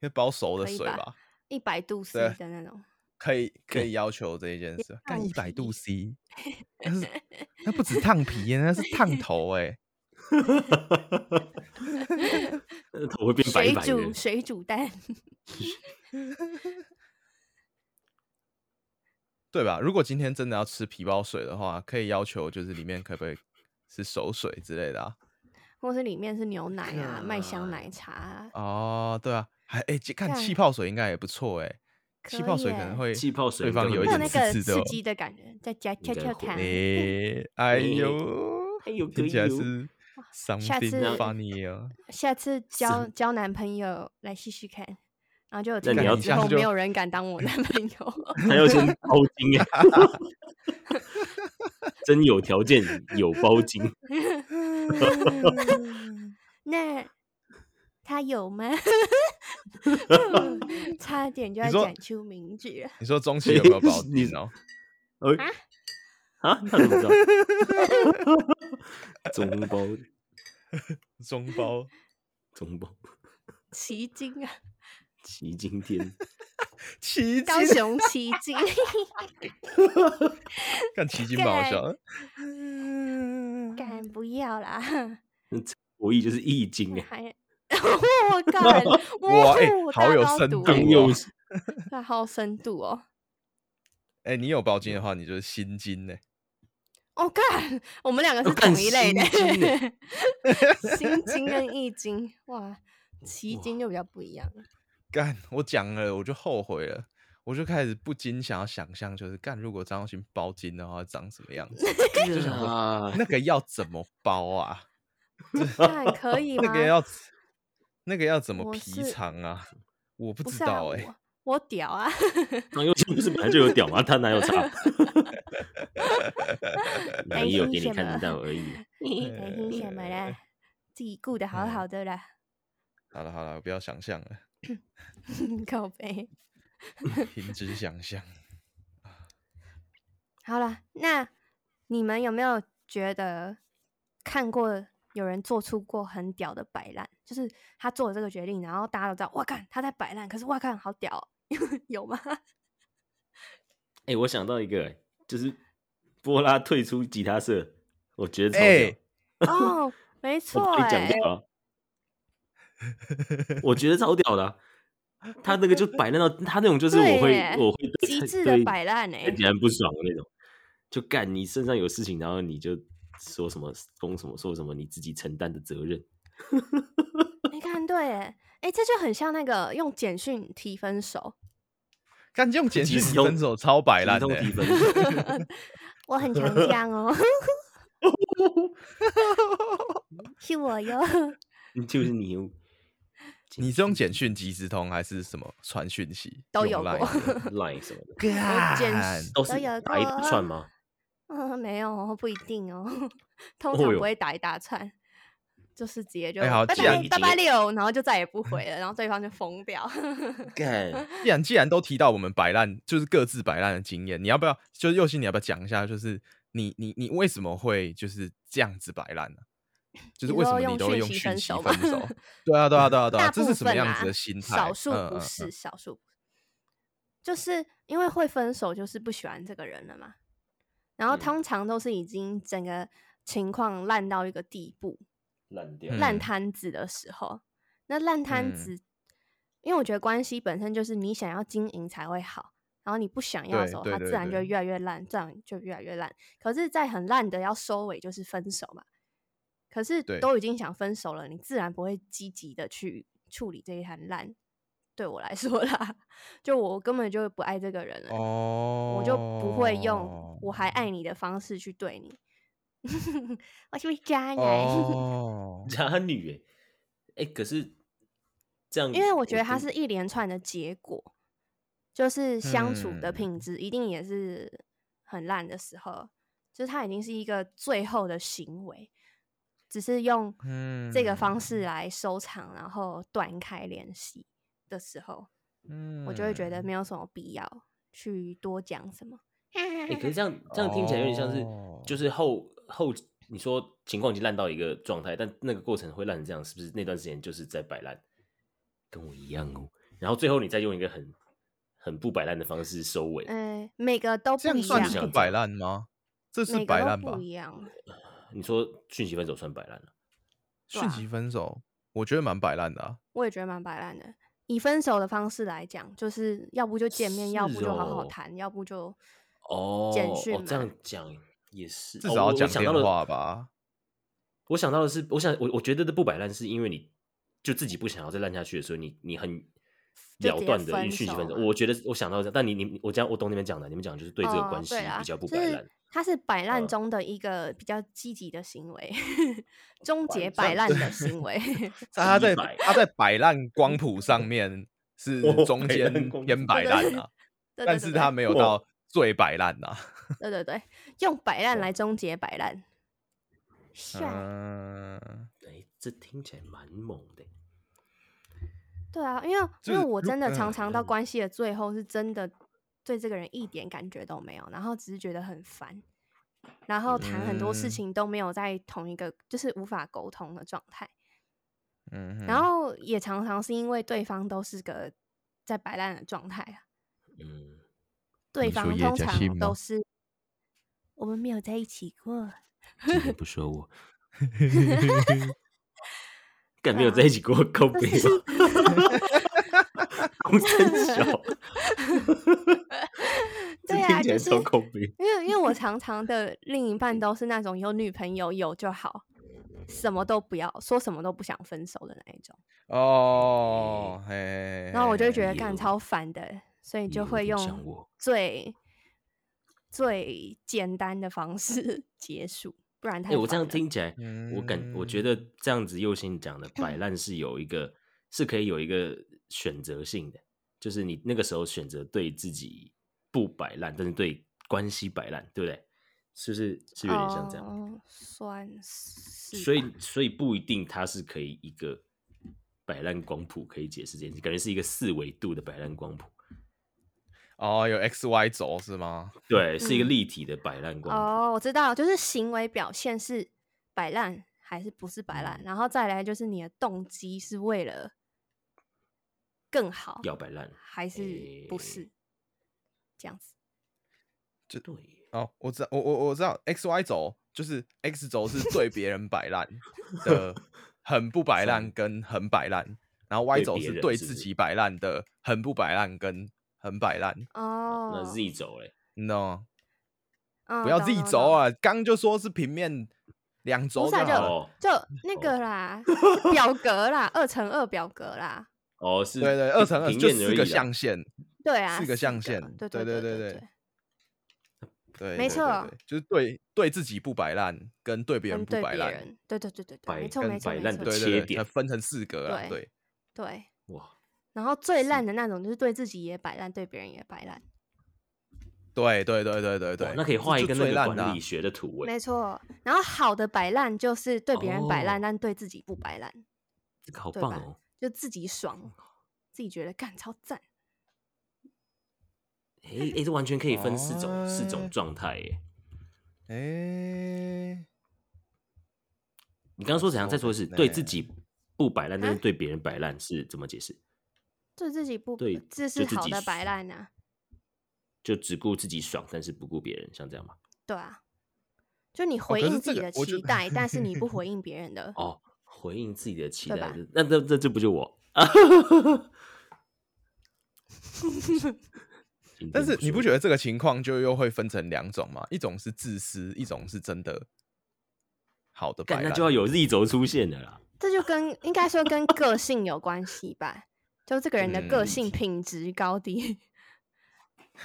S3: 可以包熟的
S1: 可以
S3: 水
S1: 吧
S3: 吧？
S1: 一百度 C
S3: 对
S1: 的那种，
S3: 可以可
S2: 对
S3: 以要求这一件事，干
S1: 烫
S3: 一百度
S1: 皮
S3: C，那是那不止烫皮耶，那是烫头哎、
S2: 呃 头会变白
S1: 水
S2: 白
S1: 煮
S2: 的。
S1: 水煮蛋，
S3: 对吧？如果今天真的要吃皮包水的话，可以要求就是里面可不可以是熟水之类的啊？
S1: 或是里面是牛奶啊、麦香
S2: 干
S1: 奶茶啊，
S3: 哦，对啊，还哎、这看
S1: 干
S3: 气泡水应该也不错哎、
S1: 可
S3: 气泡水可
S1: 以耶
S3: 能会
S2: 气泡水
S3: 对
S2: 应该
S3: 方
S2: 会
S3: 有一
S1: 会有
S3: 点
S1: 那个
S3: 刺刺的、
S1: 刺
S3: 哦。
S1: 激的感觉，再加
S2: 应
S1: 跳
S2: 该
S1: 跳
S2: 会
S1: 糖，
S3: 哎哎
S2: 嘿
S3: 呦，
S2: 哎呦
S3: 听起来
S2: 哎呦
S3: 是
S1: 哦下
S3: something
S1: 次
S3: funny 哦。
S1: 下次交交男朋友来试试看，然后就有
S2: 那
S1: 听
S2: 你
S1: 了
S2: 要
S1: 之
S3: 下次
S1: 后
S3: 就
S1: 没有人敢当我男朋 友，
S2: 他要先包金哎，真有条件有包金，
S1: 那他有吗？ 差点就要
S3: 你说
S1: 讲出名字了，
S3: 你说中期有没有保
S2: 你
S3: 证哦？
S2: 哎啊，他怎么知道？ 中包
S3: 中 包
S2: 中包
S1: 奇经啊，
S2: 齐今天，
S3: 奇迹，
S1: 高雄奇 经，
S3: 看奇迹蛮好笑 的。
S1: 敢不要啦？
S2: 我意就是易经哎，
S1: 还 我 干，
S3: 哇哎
S1: 哦
S3: 好
S1: 大
S3: 有
S1: 高
S3: 深
S1: 度
S3: 度
S2: 更
S1: 欸
S3: 哦
S2: 有
S1: 那好深度哦。
S3: 哎、你有包金的话，你就是心欸经呢、
S1: 我、哦干，我们两个
S2: 哦
S1: 是
S2: 干
S1: 同一类的
S2: 心经欸，
S1: 心经跟易经，哇，奇经就比较不一 样了。
S3: 干，我讲了我就后悔了，我就开始不禁想要想象，就是干，如果张耀新包金的话长什么样子？
S2: 就想 说
S3: 那个要怎么包 啊？
S1: 干可以吗？
S3: 那个要那个要怎么
S1: 啊我
S3: 皮
S1: 是
S3: 长啊？我不
S1: 不
S3: 知
S1: 是啊，
S3: 道
S1: 我
S3: 哎、
S1: 我屌 啊！
S2: 张幼清不是本来就有屌吗？他哪有差？没有给你看得到而已。
S1: 担心什么啦？自己顾的好好的啦，
S3: 好了好了，不要想象了，
S1: 靠背。
S3: 停止想象。
S1: 好了，那你们有没有觉得看过有人做出过很屌的摆烂？就是他做了这个决定，然后大家都知道，哇看他在摆烂，可是哇看好屌哦、 有吗？
S2: 哎、我想到一个、就是波拉退出吉他社，我觉得超屌。
S3: 哎
S1: 哦，没错、
S2: 我跟你讲
S1: 欸，
S2: 到啊，我觉得超屌的啊、他那个就摆烂到他那种，就是我
S1: 对
S2: 会
S1: 耶
S2: 我会
S1: 极
S2: 对
S1: 致的
S2: 对
S1: 摆烂哎
S2: 很简单不爽的那种，就干你身上有事情，然后你就说什么攻什么说什么你自己承担的责任，
S1: 你看对哎，哎，这就很像那个用简讯提分手，
S3: 干这种简
S2: 即
S3: 讯
S2: 时
S3: 你
S2: 用
S3: 分手超摆
S2: 提
S3: 烂的、
S2: 通提
S3: 欸，
S2: 分。
S1: 我很强壮哦，是我哟，
S2: 就是你哦，
S3: 你是用简讯即时通还是什么传讯息？
S1: 都
S3: 用
S1: 有
S3: Line
S1: 过
S3: 的
S2: line 什么的，
S1: 我简
S3: 干
S2: 都是
S1: 都有
S2: 打一
S1: 过
S2: 大 串吗？
S1: 嗯，没有哦，不一定哦， 通
S2: 哦
S1: 常
S2: 哟
S1: 不会打一大串，就是直接就
S3: 哎好
S1: 拜
S3: 既然
S1: 拜
S2: 已
S1: 拜
S2: 经
S1: 拜六，然后就再也
S3: 嗯
S1: 不回了，然后对方就疯掉。
S3: 啊
S2: 干，
S3: 既然既然都提到我们摆烂，就是各自摆烂的经验，你要不要？就是佑希，你要不要讲一下？就是你你你为什么会就是这样子摆 烂呢？就是
S1: 你
S3: 为什
S1: 说
S3: 么你
S1: 用
S3: 都会
S1: 讯
S3: 用
S1: 息
S3: 讯
S1: 分
S3: 息
S1: 手
S3: 分
S1: 吗
S3: 手？对啊对啊对啊对啊，
S1: 大
S3: 这
S1: 部
S3: 是什么
S1: 分
S3: 样子
S1: 啦
S3: 的心 态？
S1: 少数
S3: 嗯
S1: 不
S3: 嗯
S1: 是，
S3: 嗯
S1: 少数不是就是因为会分手，就是不喜欢这个人了嘛。然后
S2: 嗯
S1: 通常都是已经整个情况烂到一个地步，
S2: 烂掉，
S1: 烂
S3: 嗯
S1: 摊子的时候，那烂摊
S3: 嗯
S1: 子，因为我觉得关系本身就是你想要经营才会好，然后你不想要的
S3: 对
S1: 时候，
S3: 对
S1: 它
S3: 对
S1: 自然就
S3: 对
S1: 越来越烂，这样就越来越烂。可是，在很烂的要收尾，就是分手嘛。可是
S3: 对
S1: 都已经想分手了，你自然不会积极的去处理这一摊烂。对我来说啦， 就我根本就不爱这个人了，
S3: 哦，
S1: 我就不会用我还爱你的方式去对你。 我是不是渣男？
S3: 哦
S2: 渣女哎、哎、可是这
S3: 嗯
S2: 样，
S1: 因为我觉得它
S2: 听
S1: 是一连串的结果，就是相处的
S3: 嗯
S1: 品质一定也是很烂的时候，就是它已经是一个最后的行为，只是用
S3: 嗯
S1: 这个方式啊来收场，然后断开联系的时候，
S3: 嗯
S1: 我就会觉得没有什么必要去多讲什么。
S2: 欸可是这样这样听起来有点像是，
S3: 哦
S2: 就是后后你说情况已经烂到一个状态，但那个过程会烂成这样，是不是那段时间就是在摆烂？跟我一样哦。然后最后你再用一个很很不摆烂的方式收尾，
S1: 嗯、每个都
S3: 这
S1: 不一
S3: 算
S1: 样，
S3: 是
S2: 样
S3: 不摆烂吗？这是
S1: 每
S3: 摆
S1: 个
S3: 烂
S1: 都
S3: 吧
S1: 不？一样。
S2: 你说讯息分手算摆烂了？
S1: 对
S3: 讯
S1: 啊
S3: 息分手，我觉得蛮摆烂的啊。
S1: 我也觉得蛮摆烂的。以分手的方式来讲，就是要不就见面，要
S2: 是
S1: 不就好
S2: 哦
S1: 好谈，要不就
S2: 哦，
S1: 简讯
S2: 哦
S1: 嘛、
S2: 这样讲也是，
S3: 至
S2: 哦
S3: 少要
S2: 我
S3: 讲
S2: 我想到
S3: 电
S2: 了
S3: 话吧。
S2: 我想到的是，我想我我觉得的不摆烂是因为你就自己不想要再烂下去的时候，你你很
S1: 就直
S2: 了
S1: 接
S2: 断的
S1: 分
S2: 讯息
S1: 手
S2: 分手。
S1: 嘛
S2: 我觉得我想到这，但你你你我讲我懂你们讲的，你们讲就是对这个
S1: 哦
S2: 关系
S1: 对啦
S2: 比较不
S1: 就
S2: 摆
S1: 是
S2: 烂。
S1: 它是摆烂
S2: 嗯
S1: 中的一个比较积极的行为，终结
S2: 算
S1: 摆烂的行为。
S3: 在他在
S2: 几百
S3: 他在摆烂 光谱上面是
S2: 哦
S3: 中
S2: 摆烂
S3: 间
S2: 光谱
S3: 偏摆烂啊，
S1: 对对
S3: 但
S1: 对
S3: 是
S1: 对
S3: 他没有
S2: 哇
S3: 到最摆烂啊。
S1: 对对对，用摆烂来终结摆烂。吓，啊
S3: 嗯，
S2: 哎，这听起来蛮猛的。
S1: 对啊，因为
S3: 就
S1: 因为
S3: 是
S1: 我
S3: 如
S1: 真的常
S3: 嗯
S1: 常到
S2: 嗯
S1: 关系的最后，是真的对这个人一点感觉都没有，然后只是觉得很烦，然后谈很多事
S3: 嗯
S1: 情都没有在同一个就是无法沟通的状态。
S3: 嗯哼，
S1: 然后 也常常是因为对方都是个在摆烂的状态啊，
S2: 嗯，
S1: 对
S3: 你说
S1: 方
S3: 叶
S1: 通
S3: 嘉欣
S1: 常
S3: 吗
S1: 都是我们没有在一起过，
S2: 今天不说我， 干没有
S1: 啊
S2: 在一起过，够悲吧？ 公真小，这
S1: 对啊
S2: 听起来
S1: 就是
S2: 超够悲。
S1: 因为因为我常常 的另一半都是那种有女朋友有就好，什么都不要，说什么都不想分手的那一种，
S3: 哦，嘿，
S1: 然后我就会觉得
S2: 有
S1: 干超烦的，所以就
S2: 有
S1: 会
S2: 点像
S1: 用
S2: 我
S1: 最最简单的方式 结束，不然
S2: 哎、
S1: 太
S2: 我这
S1: 烦
S2: 样
S1: 了
S2: 听起来，我感我觉
S3: 嗯
S2: 得这样子右心讲的 摆烂是有一个是可以有一个选择性的，就是你那个时候选择对自己不摆烂，但是对关系摆烂，对不对？是不是是有点像这样？
S1: 哦算是吧，
S2: 所以所以不一定它是可以一个摆烂光谱可以解释这件事，感觉是一个四维度的摆烂光谱，
S3: 哦，有 X Y 轴是吗？
S2: 对，是一个
S1: 嗯
S2: 立体的摆烂光谱。
S1: 哦，我知道，就是行为表现是摆烂还是不是摆
S2: 嗯
S1: 烂，然后再来就是你的动机是为了更好，
S2: 要哎摆
S3: 哦
S2: 烂，
S1: 还是不
S2: 诶
S1: 是、这样子？
S2: 对，
S3: 哦，我知道，我我我知道 X Y 轴就是 X 轴是对别人摆烂 的很不摆烂跟很摆烂，然后 Y
S2: 对
S3: 轴
S2: 别
S3: 是
S2: 人
S3: 对
S2: 是
S3: 自
S2: 不是
S3: 己摆烂的很不摆烂跟很摆烂
S1: 哦
S2: 那，Z 轴
S3: 哦
S2: 嘞，
S3: ，no，
S1: 嗯
S3: 不要
S1: 懂
S3: Z
S1: 懂
S3: 轴
S1: 懂
S3: 啊，刚就说是平面两轴
S1: 不
S3: 就是
S1: 啊
S3: 好了，
S2: 哦
S1: 就那个 啦，表格啦，二乘二表格啦，
S2: 哦，是
S3: 对对，二乘二
S2: 平
S3: 就
S2: 面而已
S3: 四
S2: 啊啦
S3: 个象限，
S1: 对啊，
S3: 四个象限
S1: 对
S3: 对
S1: 对
S3: 对对
S1: 对
S3: 对对，
S1: 没
S3: 对对
S1: 错
S3: 对就是对对自己不摆烂跟对别人
S1: 跟
S3: 不
S1: 对
S3: 摆
S1: 别
S3: 烂，
S1: 人，对对对对对，
S2: 摆
S1: 没错
S2: 跟
S1: 没错
S2: 摆
S1: 没
S2: 烂
S1: 错，
S2: 的
S3: 对
S2: 切
S3: 对对，
S2: 点
S3: 它分成四格啊，
S1: 对
S3: 对，
S1: 对。
S2: 哇，
S1: 然后最烂的那种就是对自己也摆烂，对别人也摆烂。
S3: 对对对对对对
S2: 哇，那可以画
S3: 这
S2: 一
S3: 就
S2: 个那
S3: 最
S2: 个
S3: 烂的
S2: 管
S3: 啊
S2: 理学的图欸诶，
S1: 没错，然后好的摆烂就是对别人摆烂，
S2: 哦
S1: 但对自己不摆烂，
S2: 这个好
S1: 对
S2: 棒
S1: 吧
S2: 哦！
S1: 就自己爽，
S3: 哦
S1: 自己觉得干超赞。
S2: 诶诶，这完全可以分四种四
S3: 哎
S2: 种状态欸耶。
S3: 哎、
S2: 你刚刚说怎样？再说一次，对自
S3: 呢
S2: 己不摆烂，但是
S1: 啊
S2: 对别人摆烂是怎么解释？
S1: 对自己不，
S2: 对
S1: 这
S2: 就是自
S1: 好
S2: 己
S1: 的
S2: 爽
S1: 摆烂啊，
S2: 就只顾自己爽，但是不顾别人，像这样吗？
S1: 对啊，就你
S3: 哦可
S1: 回
S3: 是
S1: 应
S3: 这
S1: 自己
S3: 个
S1: 的
S3: 我觉
S1: 期
S3: 得
S1: 待，但是你不 回应别人的，
S2: 哦，回应自己的期
S1: 对
S2: 待
S1: 吧，
S2: 这那那这这不就 我？今天
S3: 但是你
S2: 说
S3: 不觉得这个情况就又会分成两种吗？一种是自私，一种是真的好的摆
S2: 干那
S3: 烂。
S2: 就要有 Z 轴出现的 啦？
S1: 这就跟应该说跟个性有关系吧，就这个人的个
S3: 嗯
S1: 性品质高低。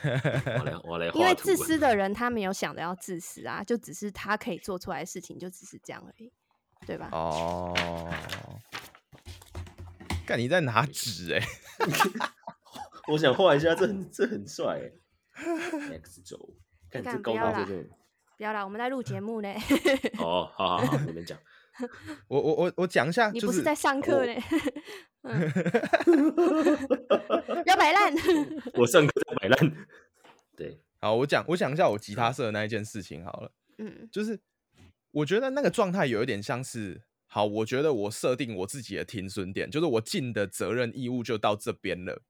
S2: 我来我来画图，啊
S1: 因为自私的人他没有想着要自私啊，就只是他可以做出来的事情就只是这样而已，对吧？
S3: 哦，看你在拿纸哎、
S2: 我想画一下，这很这很帅 欸。X 轴，看这
S1: 干
S2: 高
S1: 不要
S2: 高
S1: 啦
S2: 这 真的。
S1: 不要啦，我们在录节目 嘞，
S2: 哦，好好好，你们讲。
S3: 我我我我讲一下，
S1: 你
S3: 就
S1: 不是在上课
S2: 我
S1: 嘞，嗯 不要摆 烂。
S2: 我上课在摆烂。对，
S3: 好，我讲我讲一下我吉他社那一件事情好了，
S1: 嗯
S3: 就是我觉得那个状态有一点像是，好，我觉得我设定我自己的停损点，就是我尽的责任义务就到这边了。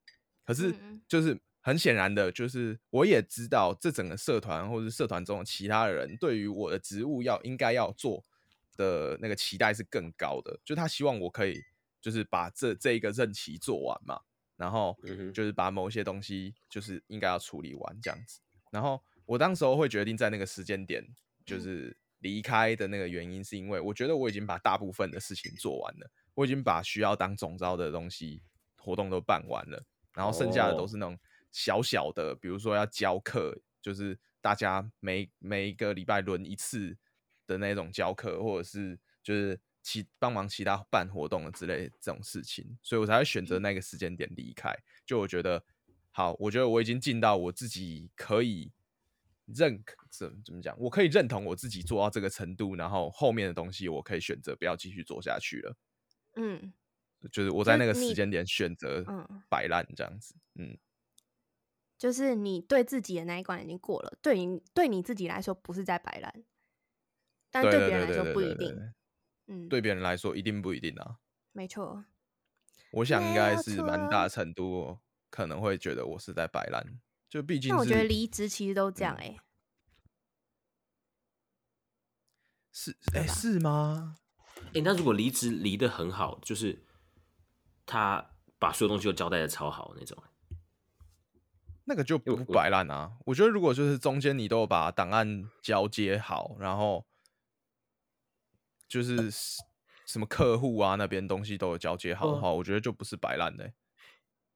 S3: 可是
S1: 嗯
S3: 就是很显然的，就是我也知道这整个社团或是社团中的其他人对于我的职务要应该要做的那个期待是更高的，就他希望我可以就是把这这一个任期做完嘛，然后
S2: 嗯哼
S3: 就是把某一些东西就是应该要处理完这样子。然后我当时候会决定在那个时间点就是离开的那个原因，是因为我觉得我已经把大部分的事情做完了，我已经把需要当总招的东西活动都办完了，然后剩下的
S2: 哦
S3: 都是那种小小的，比如说要教课，就是大家每每一个礼拜轮一次的那种教课，或者是就是。其帮忙其他办活动的之类的这种事情，所以我才会选择那个时间点离开。就我觉得，好，我觉得我已经尽到我自己可以认可怎怎么讲，我可以认同我自己做到这个程度，然后后面的东西我可以选择不要继续做下去了。
S1: 嗯
S3: 就是我
S1: 就
S3: 在
S1: 是
S3: 那个
S1: 你
S3: 时间点选择
S1: 嗯，
S3: 摆烂这样子，嗯，
S1: 就是你对自己的那一关已经过了，对你对你自己来说不是在摆烂，但
S3: 对
S1: 对
S3: 对
S1: 别人来
S3: 对对
S1: 说
S3: 对
S1: 不一
S3: 对对
S1: 定。嗯，，
S3: 对别人来说一定不一定啊。
S1: 没错。
S3: 我想应
S1: 没
S3: 该
S1: 有
S3: 是蛮大
S1: 错
S3: 程度可能会觉得我是在摆烂，就毕竟
S1: 但我觉得
S3: 是
S1: 离职其实都这样
S3: 嗯
S1: 哎、欸，
S3: 是哎、是吗？
S2: 诶，哎那如果离职离得很好，就是他把所有东西都交代的超好那种，欸
S3: 那个就
S2: 因为
S3: 不
S2: 我
S3: 摆烂啊。我觉得如果就是中间你都有把档案交接好，然后就是是什么客户啊那边东西都有交接好的
S1: 嗯
S2: 哦
S3: 话，我觉得就不是摆烂的。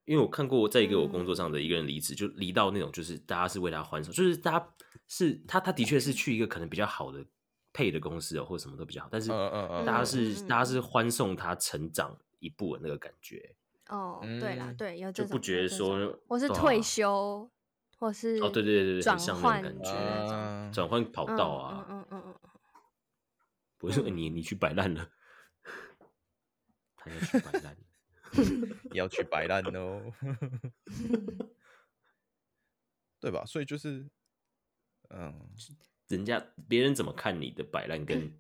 S2: 因为我看过，在一个我
S1: 嗯
S2: 工作上的一个人离职，就离到那种就是大家是为他欢送，就是大家是他他的确是去一个可能比较好的配的公司哦，或者什么都比较好，但是
S3: 嗯嗯嗯
S2: 大家
S1: 嗯
S2: 是、
S1: 嗯
S2: 大家是欢送他成长一步的那个感觉，欸
S1: 哦，对啦
S3: 嗯，
S1: 对，有这
S2: 就
S1: 种
S2: 不觉
S1: 有
S2: 得
S1: 这
S2: 说
S1: 种我是
S2: 对啊
S1: 退休，或是
S2: 哦对对对对很
S1: 转
S2: 像那种
S1: 换
S2: 感觉
S1: 之类的
S3: 啊
S2: 转换跑
S1: 嗯
S2: 道啊，
S1: 嗯嗯嗯嗯，
S2: 不会说、欸你你去摆烂了，他要去摆烂了，
S3: 要去摆烂哦， 对吧？所以就是，嗯，
S2: 人家别人怎么看你的摆 烂，跟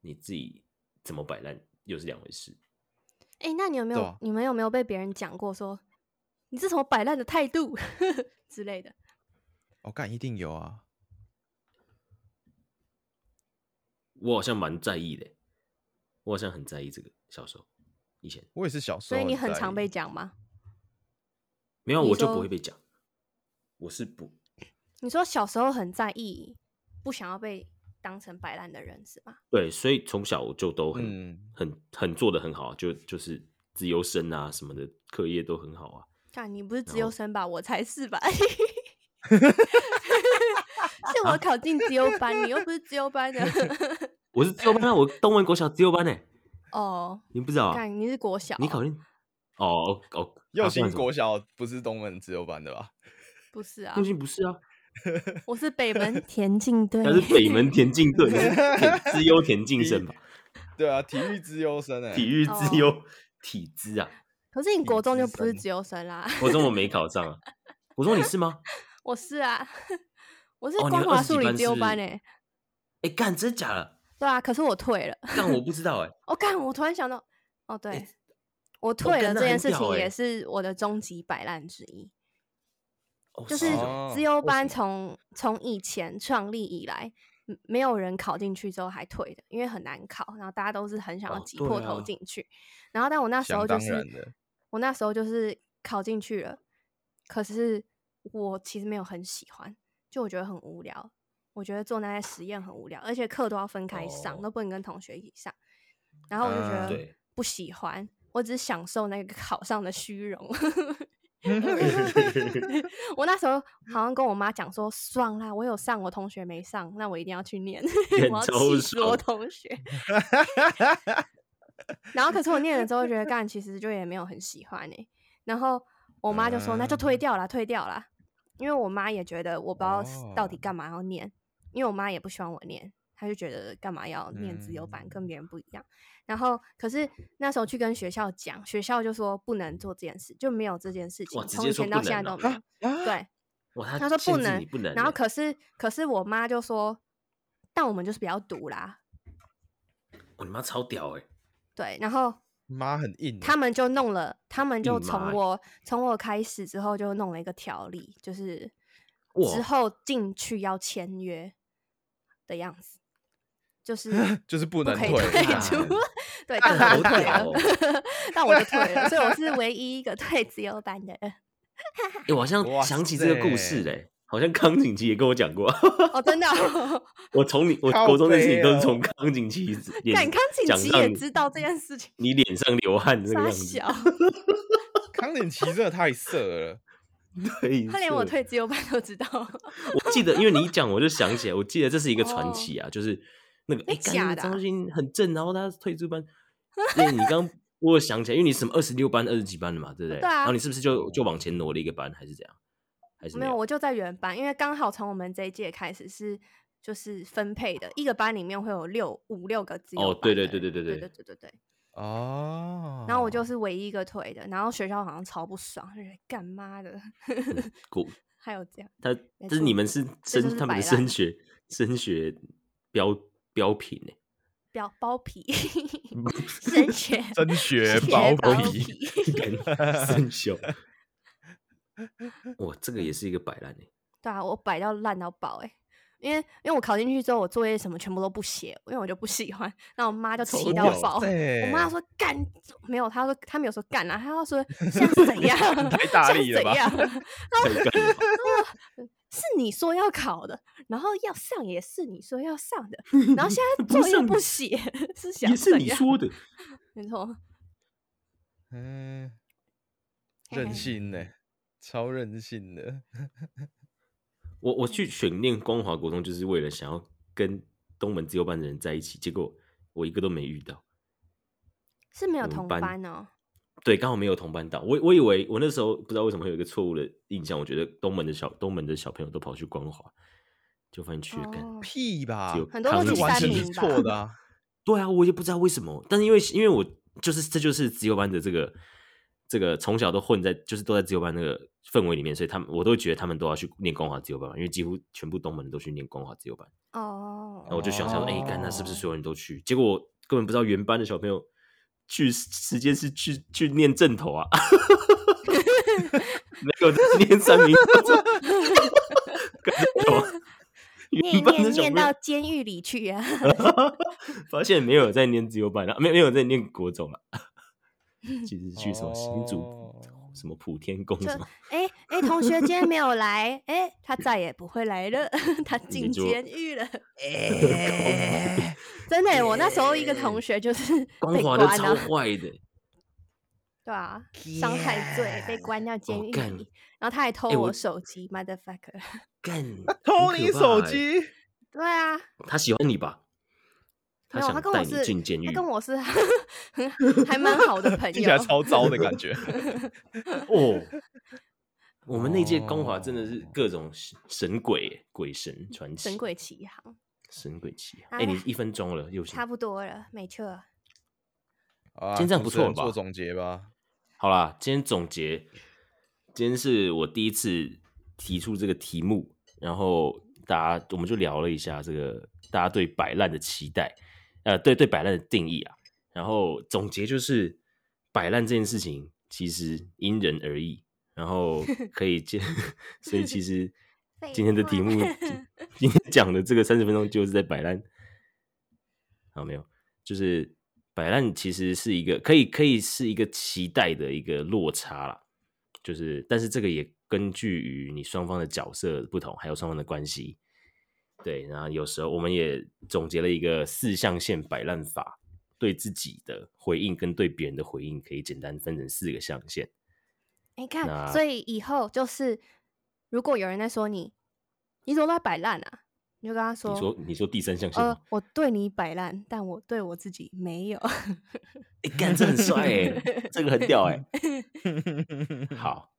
S2: 你自己怎么摆烂又是两回事。
S1: 哎、那你有没有、
S3: 对啊
S1: 你们有没有被别人讲过说你这什么摆烂的态度 之类的？
S3: 我、干一定有啊。
S2: 我好像蛮在意的欸，我好像很在意这个。小时候，以前
S3: 我也是小时
S1: 所
S3: 候，
S1: 以你很常被，讲吗？
S2: 没有，啊
S1: 你
S2: 我就
S1: 说嗯
S2: 不会被讲。我是不，
S1: 你说小时候很在意，不想要被当成摆烂的人是吗？
S2: 对，所以从小我就都很、
S3: 嗯，
S2: 很很做的很好，啊就就是自由生啊什么的，课业都很好啊。
S1: 看你不是自
S2: 然
S1: 由
S2: 后
S1: 生吧？我才是 吧？ 是我考进自由班，你又不是自由班的
S2: 我是自由班啊，我东文国小自由班呢、欸
S1: 哦。
S2: 你不知道啊？
S1: 看你是国小，
S2: 你考进哦哦哦，啊不
S3: 右
S2: 然
S3: 兴
S2: 什么
S3: 国小不是东门自由班的吧？
S1: 不是啊
S2: 右？兴 不是啊，
S1: 我是北 门田径队，
S2: 他是北门田径队，你是田资优田径生吧？
S3: 对啊，体育之优生哎、
S2: 体育
S1: 哦
S2: 资优体资啊，
S1: 可是你国中就不是
S3: 体制生
S1: 自由生啦，
S2: 国中我没考上啊。国中你是吗？
S1: 我是啊， 我 是
S2: 哦，你
S1: 光
S2: 们
S1: 华
S2: 二十
S1: 数
S2: 几
S1: 理
S2: 班
S1: 自由
S2: 是
S1: 班诶、欸
S2: 哎、干，真假的？
S1: 对啊，可是我退了。
S2: 但我不知道哎、
S1: 我、看，我突然想到，哦，对，我退
S2: 哦干
S1: 了
S2: 那
S1: 这件
S2: 很
S1: 事
S2: 屌
S1: 情
S2: 欸
S1: 也是我的终极摆烂之一。
S2: 哦
S1: 就是
S2: 哦
S3: 哦
S1: 资优
S2: 为
S1: 班
S2: 什
S1: 从从以前创立以来，嗯没有人考进去之后还退的，因为很难考，然后大家都是很想要
S2: 哦
S1: 挤
S2: 对
S1: 破头
S2: 啊
S1: 进去。然后，但我那时
S3: 想
S1: 候就
S3: 当
S1: 是
S3: 然的
S1: 我那时候就是考进去了，可是我其实没有很喜欢，就我觉得很无聊，我觉得做那些实验很无聊，而且课都要分开上，
S2: 哦啊
S1: 都不能跟同学一起上。然后我就觉
S3: 嗯
S1: 得
S2: 对
S1: 不喜欢，我只享受那个考上的虚荣。 我那时候好像跟我妈讲说，爽啦，我有上，我同学没上，那我一定要去念， 我要
S2: 超
S1: 气死我
S2: 爽
S1: 同学。然后可是我念了之后，觉得干其实就也没有很喜欢哎、然后我妈就说，那就
S2: 嗯
S1: 退掉啦，退掉啦，因为我妈也觉得我不知道是到底
S3: 哦
S1: 干嘛要念，因为我妈也不喜欢我念，她就觉得干嘛要念自由班，跟别
S2: 嗯
S1: 人不一样。然后可是那时候去跟学校讲，学校就说不能做这件事，就没有这件事情，
S2: 直
S1: 从
S2: 接
S1: 以
S2: 说
S1: 前
S2: 不
S1: 到现在
S2: 能
S1: 都
S2: 哦
S1: 没有。对，
S2: 哇，
S1: 他
S2: 他
S1: 说
S2: 限
S1: 不
S2: 制
S1: 能
S2: 你不能欸，
S1: 然后可是可是我妈就说，但我们就是比较毒啦，
S2: 我你妈超屌哎、
S1: 对，然后
S3: 妈很
S2: 嗯
S3: 硬欸，
S1: 他们就弄了，他们就
S2: 硬
S1: 从
S2: 妈欸
S1: 我从我开始之后就弄了一个条例，就是
S2: 哇
S1: 之后进去要签约的样子， 就是
S3: 就是不
S1: 不
S3: 能
S1: 可以
S3: 退
S1: 退
S2: 啊
S1: 出， 对，
S2: 干
S1: 但我就
S2: 好
S1: 退
S2: 屌
S1: 了， 但我就退了，所以我是唯一一个退自由班的人。
S2: 欸我好像
S3: 哇
S2: 想起这个故事嘞、好像康景琦也跟我讲过。
S1: 哦，真的 哦、
S2: 我从你，我
S3: 靠
S2: 国中的事情
S3: 背
S2: 都
S3: 哦
S2: 是从康 景琦脸
S1: 敢康景
S2: 讲
S1: 琦
S2: 到
S1: 也
S2: 你
S1: 知道这件事情，
S2: 你脸上流汗的那个
S1: 傻
S2: 样子
S1: 小，，
S3: 康景琦真的太色了，
S2: 对
S1: 他连我
S2: 是
S1: 退自由班都知道。
S2: 我记得，因为你一讲我就想起来，我记得这是一个传
S1: 哦
S2: 奇啊，就是那个
S1: 那
S2: 哎，干
S1: 假
S2: 那个
S1: 的啊
S2: 张欣很正，然后他退出班，因为你刚我有想起来，因为你什么二十六班、二十几班的嘛，对不对？
S1: 对啊
S2: 然后你是不是就就往前挪了一个班，还是怎样？还是
S1: 没有，？我就在原班，因为刚好从我们这一届开始是就是分配的，一个班里面会有六五六个自由
S2: 哦
S1: 班
S2: 对
S1: 的
S2: 对对
S1: 人
S2: 对对
S1: 对
S2: 对
S1: 对对对。
S3: 哦。
S1: 然后我就是唯一一个退的，然后学校好像超不爽，就觉得干妈的，
S2: 古
S1: 还有这样，
S2: 他
S1: 没
S2: 这是
S1: 错
S2: 你们是
S1: 这就
S2: 升
S1: 是
S2: 他们
S1: 摆
S2: 的
S1: 烂
S2: 升学升学标标品呢？
S1: 包包皮升学
S3: 真学
S1: 学
S3: 包
S1: 包
S3: 皮，
S2: 干生锈。哇，这个也是一个摆烂欸
S1: 对啊，我摆到烂到爆哎、因为因为我考进去之后，我作业什么全部都不写，因为我就不喜欢。那我妈就气
S2: 丑
S1: 到
S2: 屌
S1: 爆，我
S3: 我
S1: 妈说 干没有，她说她没有说干啊啦，她要说像是怎 样，
S3: 太大
S1: 像
S3: 力
S1: 是
S3: 了
S1: 怎
S3: 吧
S1: 样，
S2: 在干嘛？
S1: 是你说要考的，然后要上也是你说要上的，然后 现在
S2: 不
S1: 作业
S2: 上
S1: 不写，是想
S2: 也是
S1: 怎
S2: 你
S1: 样
S2: 说的，
S1: 没错，
S3: 嗯，
S1: 嘿嘿
S3: 任性呢、超任性的。
S2: 我我去选念光华国中，就是为了想要跟东门自由班的人在一起，结果我一个都没遇到。
S1: 是没有
S2: 我们
S1: 同
S2: 嗯班
S1: 班哦，
S2: 对，刚好没有同班到。我我以为我那时候不知道为什么会有一个错误的印象，我觉得东门的小东门的小朋友都跑去光华，就发现去了干。
S1: 哦
S3: 屁吧
S2: 只有，
S1: 很多都
S2: 康
S3: 这
S1: 第
S2: 景
S3: 完
S1: 三
S3: 全
S2: 琦
S3: 是
S1: 名吧
S3: 错的啊！
S2: 对啊，我也不知道为什么，但是因为因为我就是这就是自由班的这个这个从小都混在就是都在自由班那个氛围里面，所以他们我都会觉得他们都要去念光华自由班嘛，因为几乎全部东门人都去念光华自由班。
S1: 哦
S2: 然，后我就想象，哎、
S3: 哦
S2: 干，那是不是所有人都去？结果我根本不知道原班的小朋友去时间是去去念正头啊， 没有都是念三明治， 干 头啊
S1: 念一
S2: 原班的
S1: 念
S2: 小
S1: 念
S2: 朋友
S1: 到监狱里去啊，
S2: 发现没有在念自由班了、啊，没有没有在念国中了、 其实去什么新竹
S3: 哦
S2: 什么普天宫
S1: 这
S2: 什么，
S1: 哎哎，同学今天没有来，哎，他再也不会来了， 他进
S2: 就
S1: 监狱了。 真的耶，我那时候一个同学就是
S2: 光
S1: 哎被
S2: 华
S1: 关
S2: 的超
S1: 了，
S2: 坏的、
S1: 对啊， 伤害罪被关到监
S2: 哦
S1: 狱
S2: 干
S1: 里，然后他还偷
S2: 哎我
S1: 我手机，motherfucker。
S2: 干
S3: 偷
S2: 很
S3: 你
S2: 可怕
S3: 手
S2: 欸
S3: 机，
S1: 对啊，
S2: 他喜欢你吧？
S1: 没有，
S2: 想
S1: 他跟
S2: 带
S1: 我
S2: 你
S1: 是
S2: 进监狱，
S1: 他跟我是 很还蛮好
S2: 欸
S1: 的朋
S3: 听起来
S1: 友。
S3: 超糟 的感觉。
S2: 哦，我们那届光华真的是
S3: 哦
S2: 各种神神鬼耶、鬼神传奇、
S1: 神鬼奇航，
S2: 神鬼奇航。
S1: 哎
S2: 哎、你
S1: 呀
S2: 一分钟了，又行
S1: 差不多了，没错。
S3: 好 啊
S2: 今天这样
S3: 主
S2: 不
S3: 持
S2: 错
S3: 人
S2: 了吧
S3: 做总结吧。
S2: 好啦，今天总结，今天是我第一次提出这个题目，然后大家我们就聊了一下这个大家对摆烂的期待，呃，对对摆烂的定义啊，然后总结就是摆烂这件事情其实因人而异，然后可以见， 所以其实
S4: 废
S2: 今天的题
S4: 话
S2: 目， 今今天讲的这个三十分钟就是在摆烂，好没有。就是摆烂其实是一个可以可以是一个期待的一个落差啦，就是但是这个也根据于你双方的角色不同，还有双方的关系。对，然后有时候我们也总结了一个四象限摆烂法，对自己的回应跟对别人的回应可以简单分成四个象限。
S1: 你看，
S2: 那
S1: 所以以后就是，如果有人在说你，你怎么都在摆烂啊？你就跟他
S2: 你说你说第三象限
S1: 呃
S2: 吗？，
S1: 我对你摆烂，但我对我自己没有。
S2: 哎、干这很 帅哎、这个很屌哎、
S1: 嗯
S2: 好，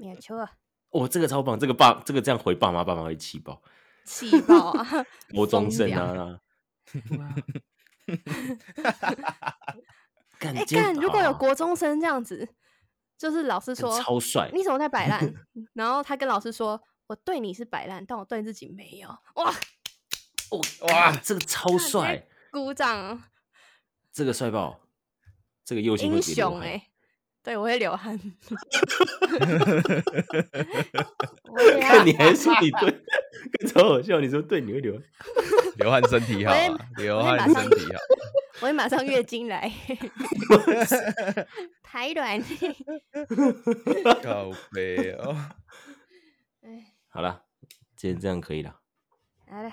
S1: 没错，
S2: 我、这个超棒，这个爸这个这样回爸妈，爸妈会气爆。
S1: 气爆 啊！
S2: 国中
S1: 疯
S2: 生
S1: 掉
S2: 啊。
S1: 哦
S2: 干
S1: 哎，
S2: 今天
S1: 看如果有
S2: 啊
S1: 国中生这样子，就是老师
S2: 干
S1: 说
S2: 超帅，
S1: 你怎么在摆 烂，然后他跟老师说我对你是摆烂，但我对自己没有。哇，
S3: 哇
S2: 哇，这个超帅，
S1: 鼓掌，
S2: 这个帅爆，这个右心会
S1: 英
S2: 直接流
S1: 雄
S2: 汗
S1: 哎、对我会流 汗，我啊也要
S2: 看你 还说你对， 看超好笑。你说对，你会流汗。
S3: 流汗身体好
S1: 我也
S3: 啊，流
S1: 我也
S3: 汗
S1: 马上
S3: 身体好。
S1: 我会马上月经 来， 排卵。
S3: 告别哦，
S1: 哎，
S2: 好了，今天这样可以了。
S1: 来了。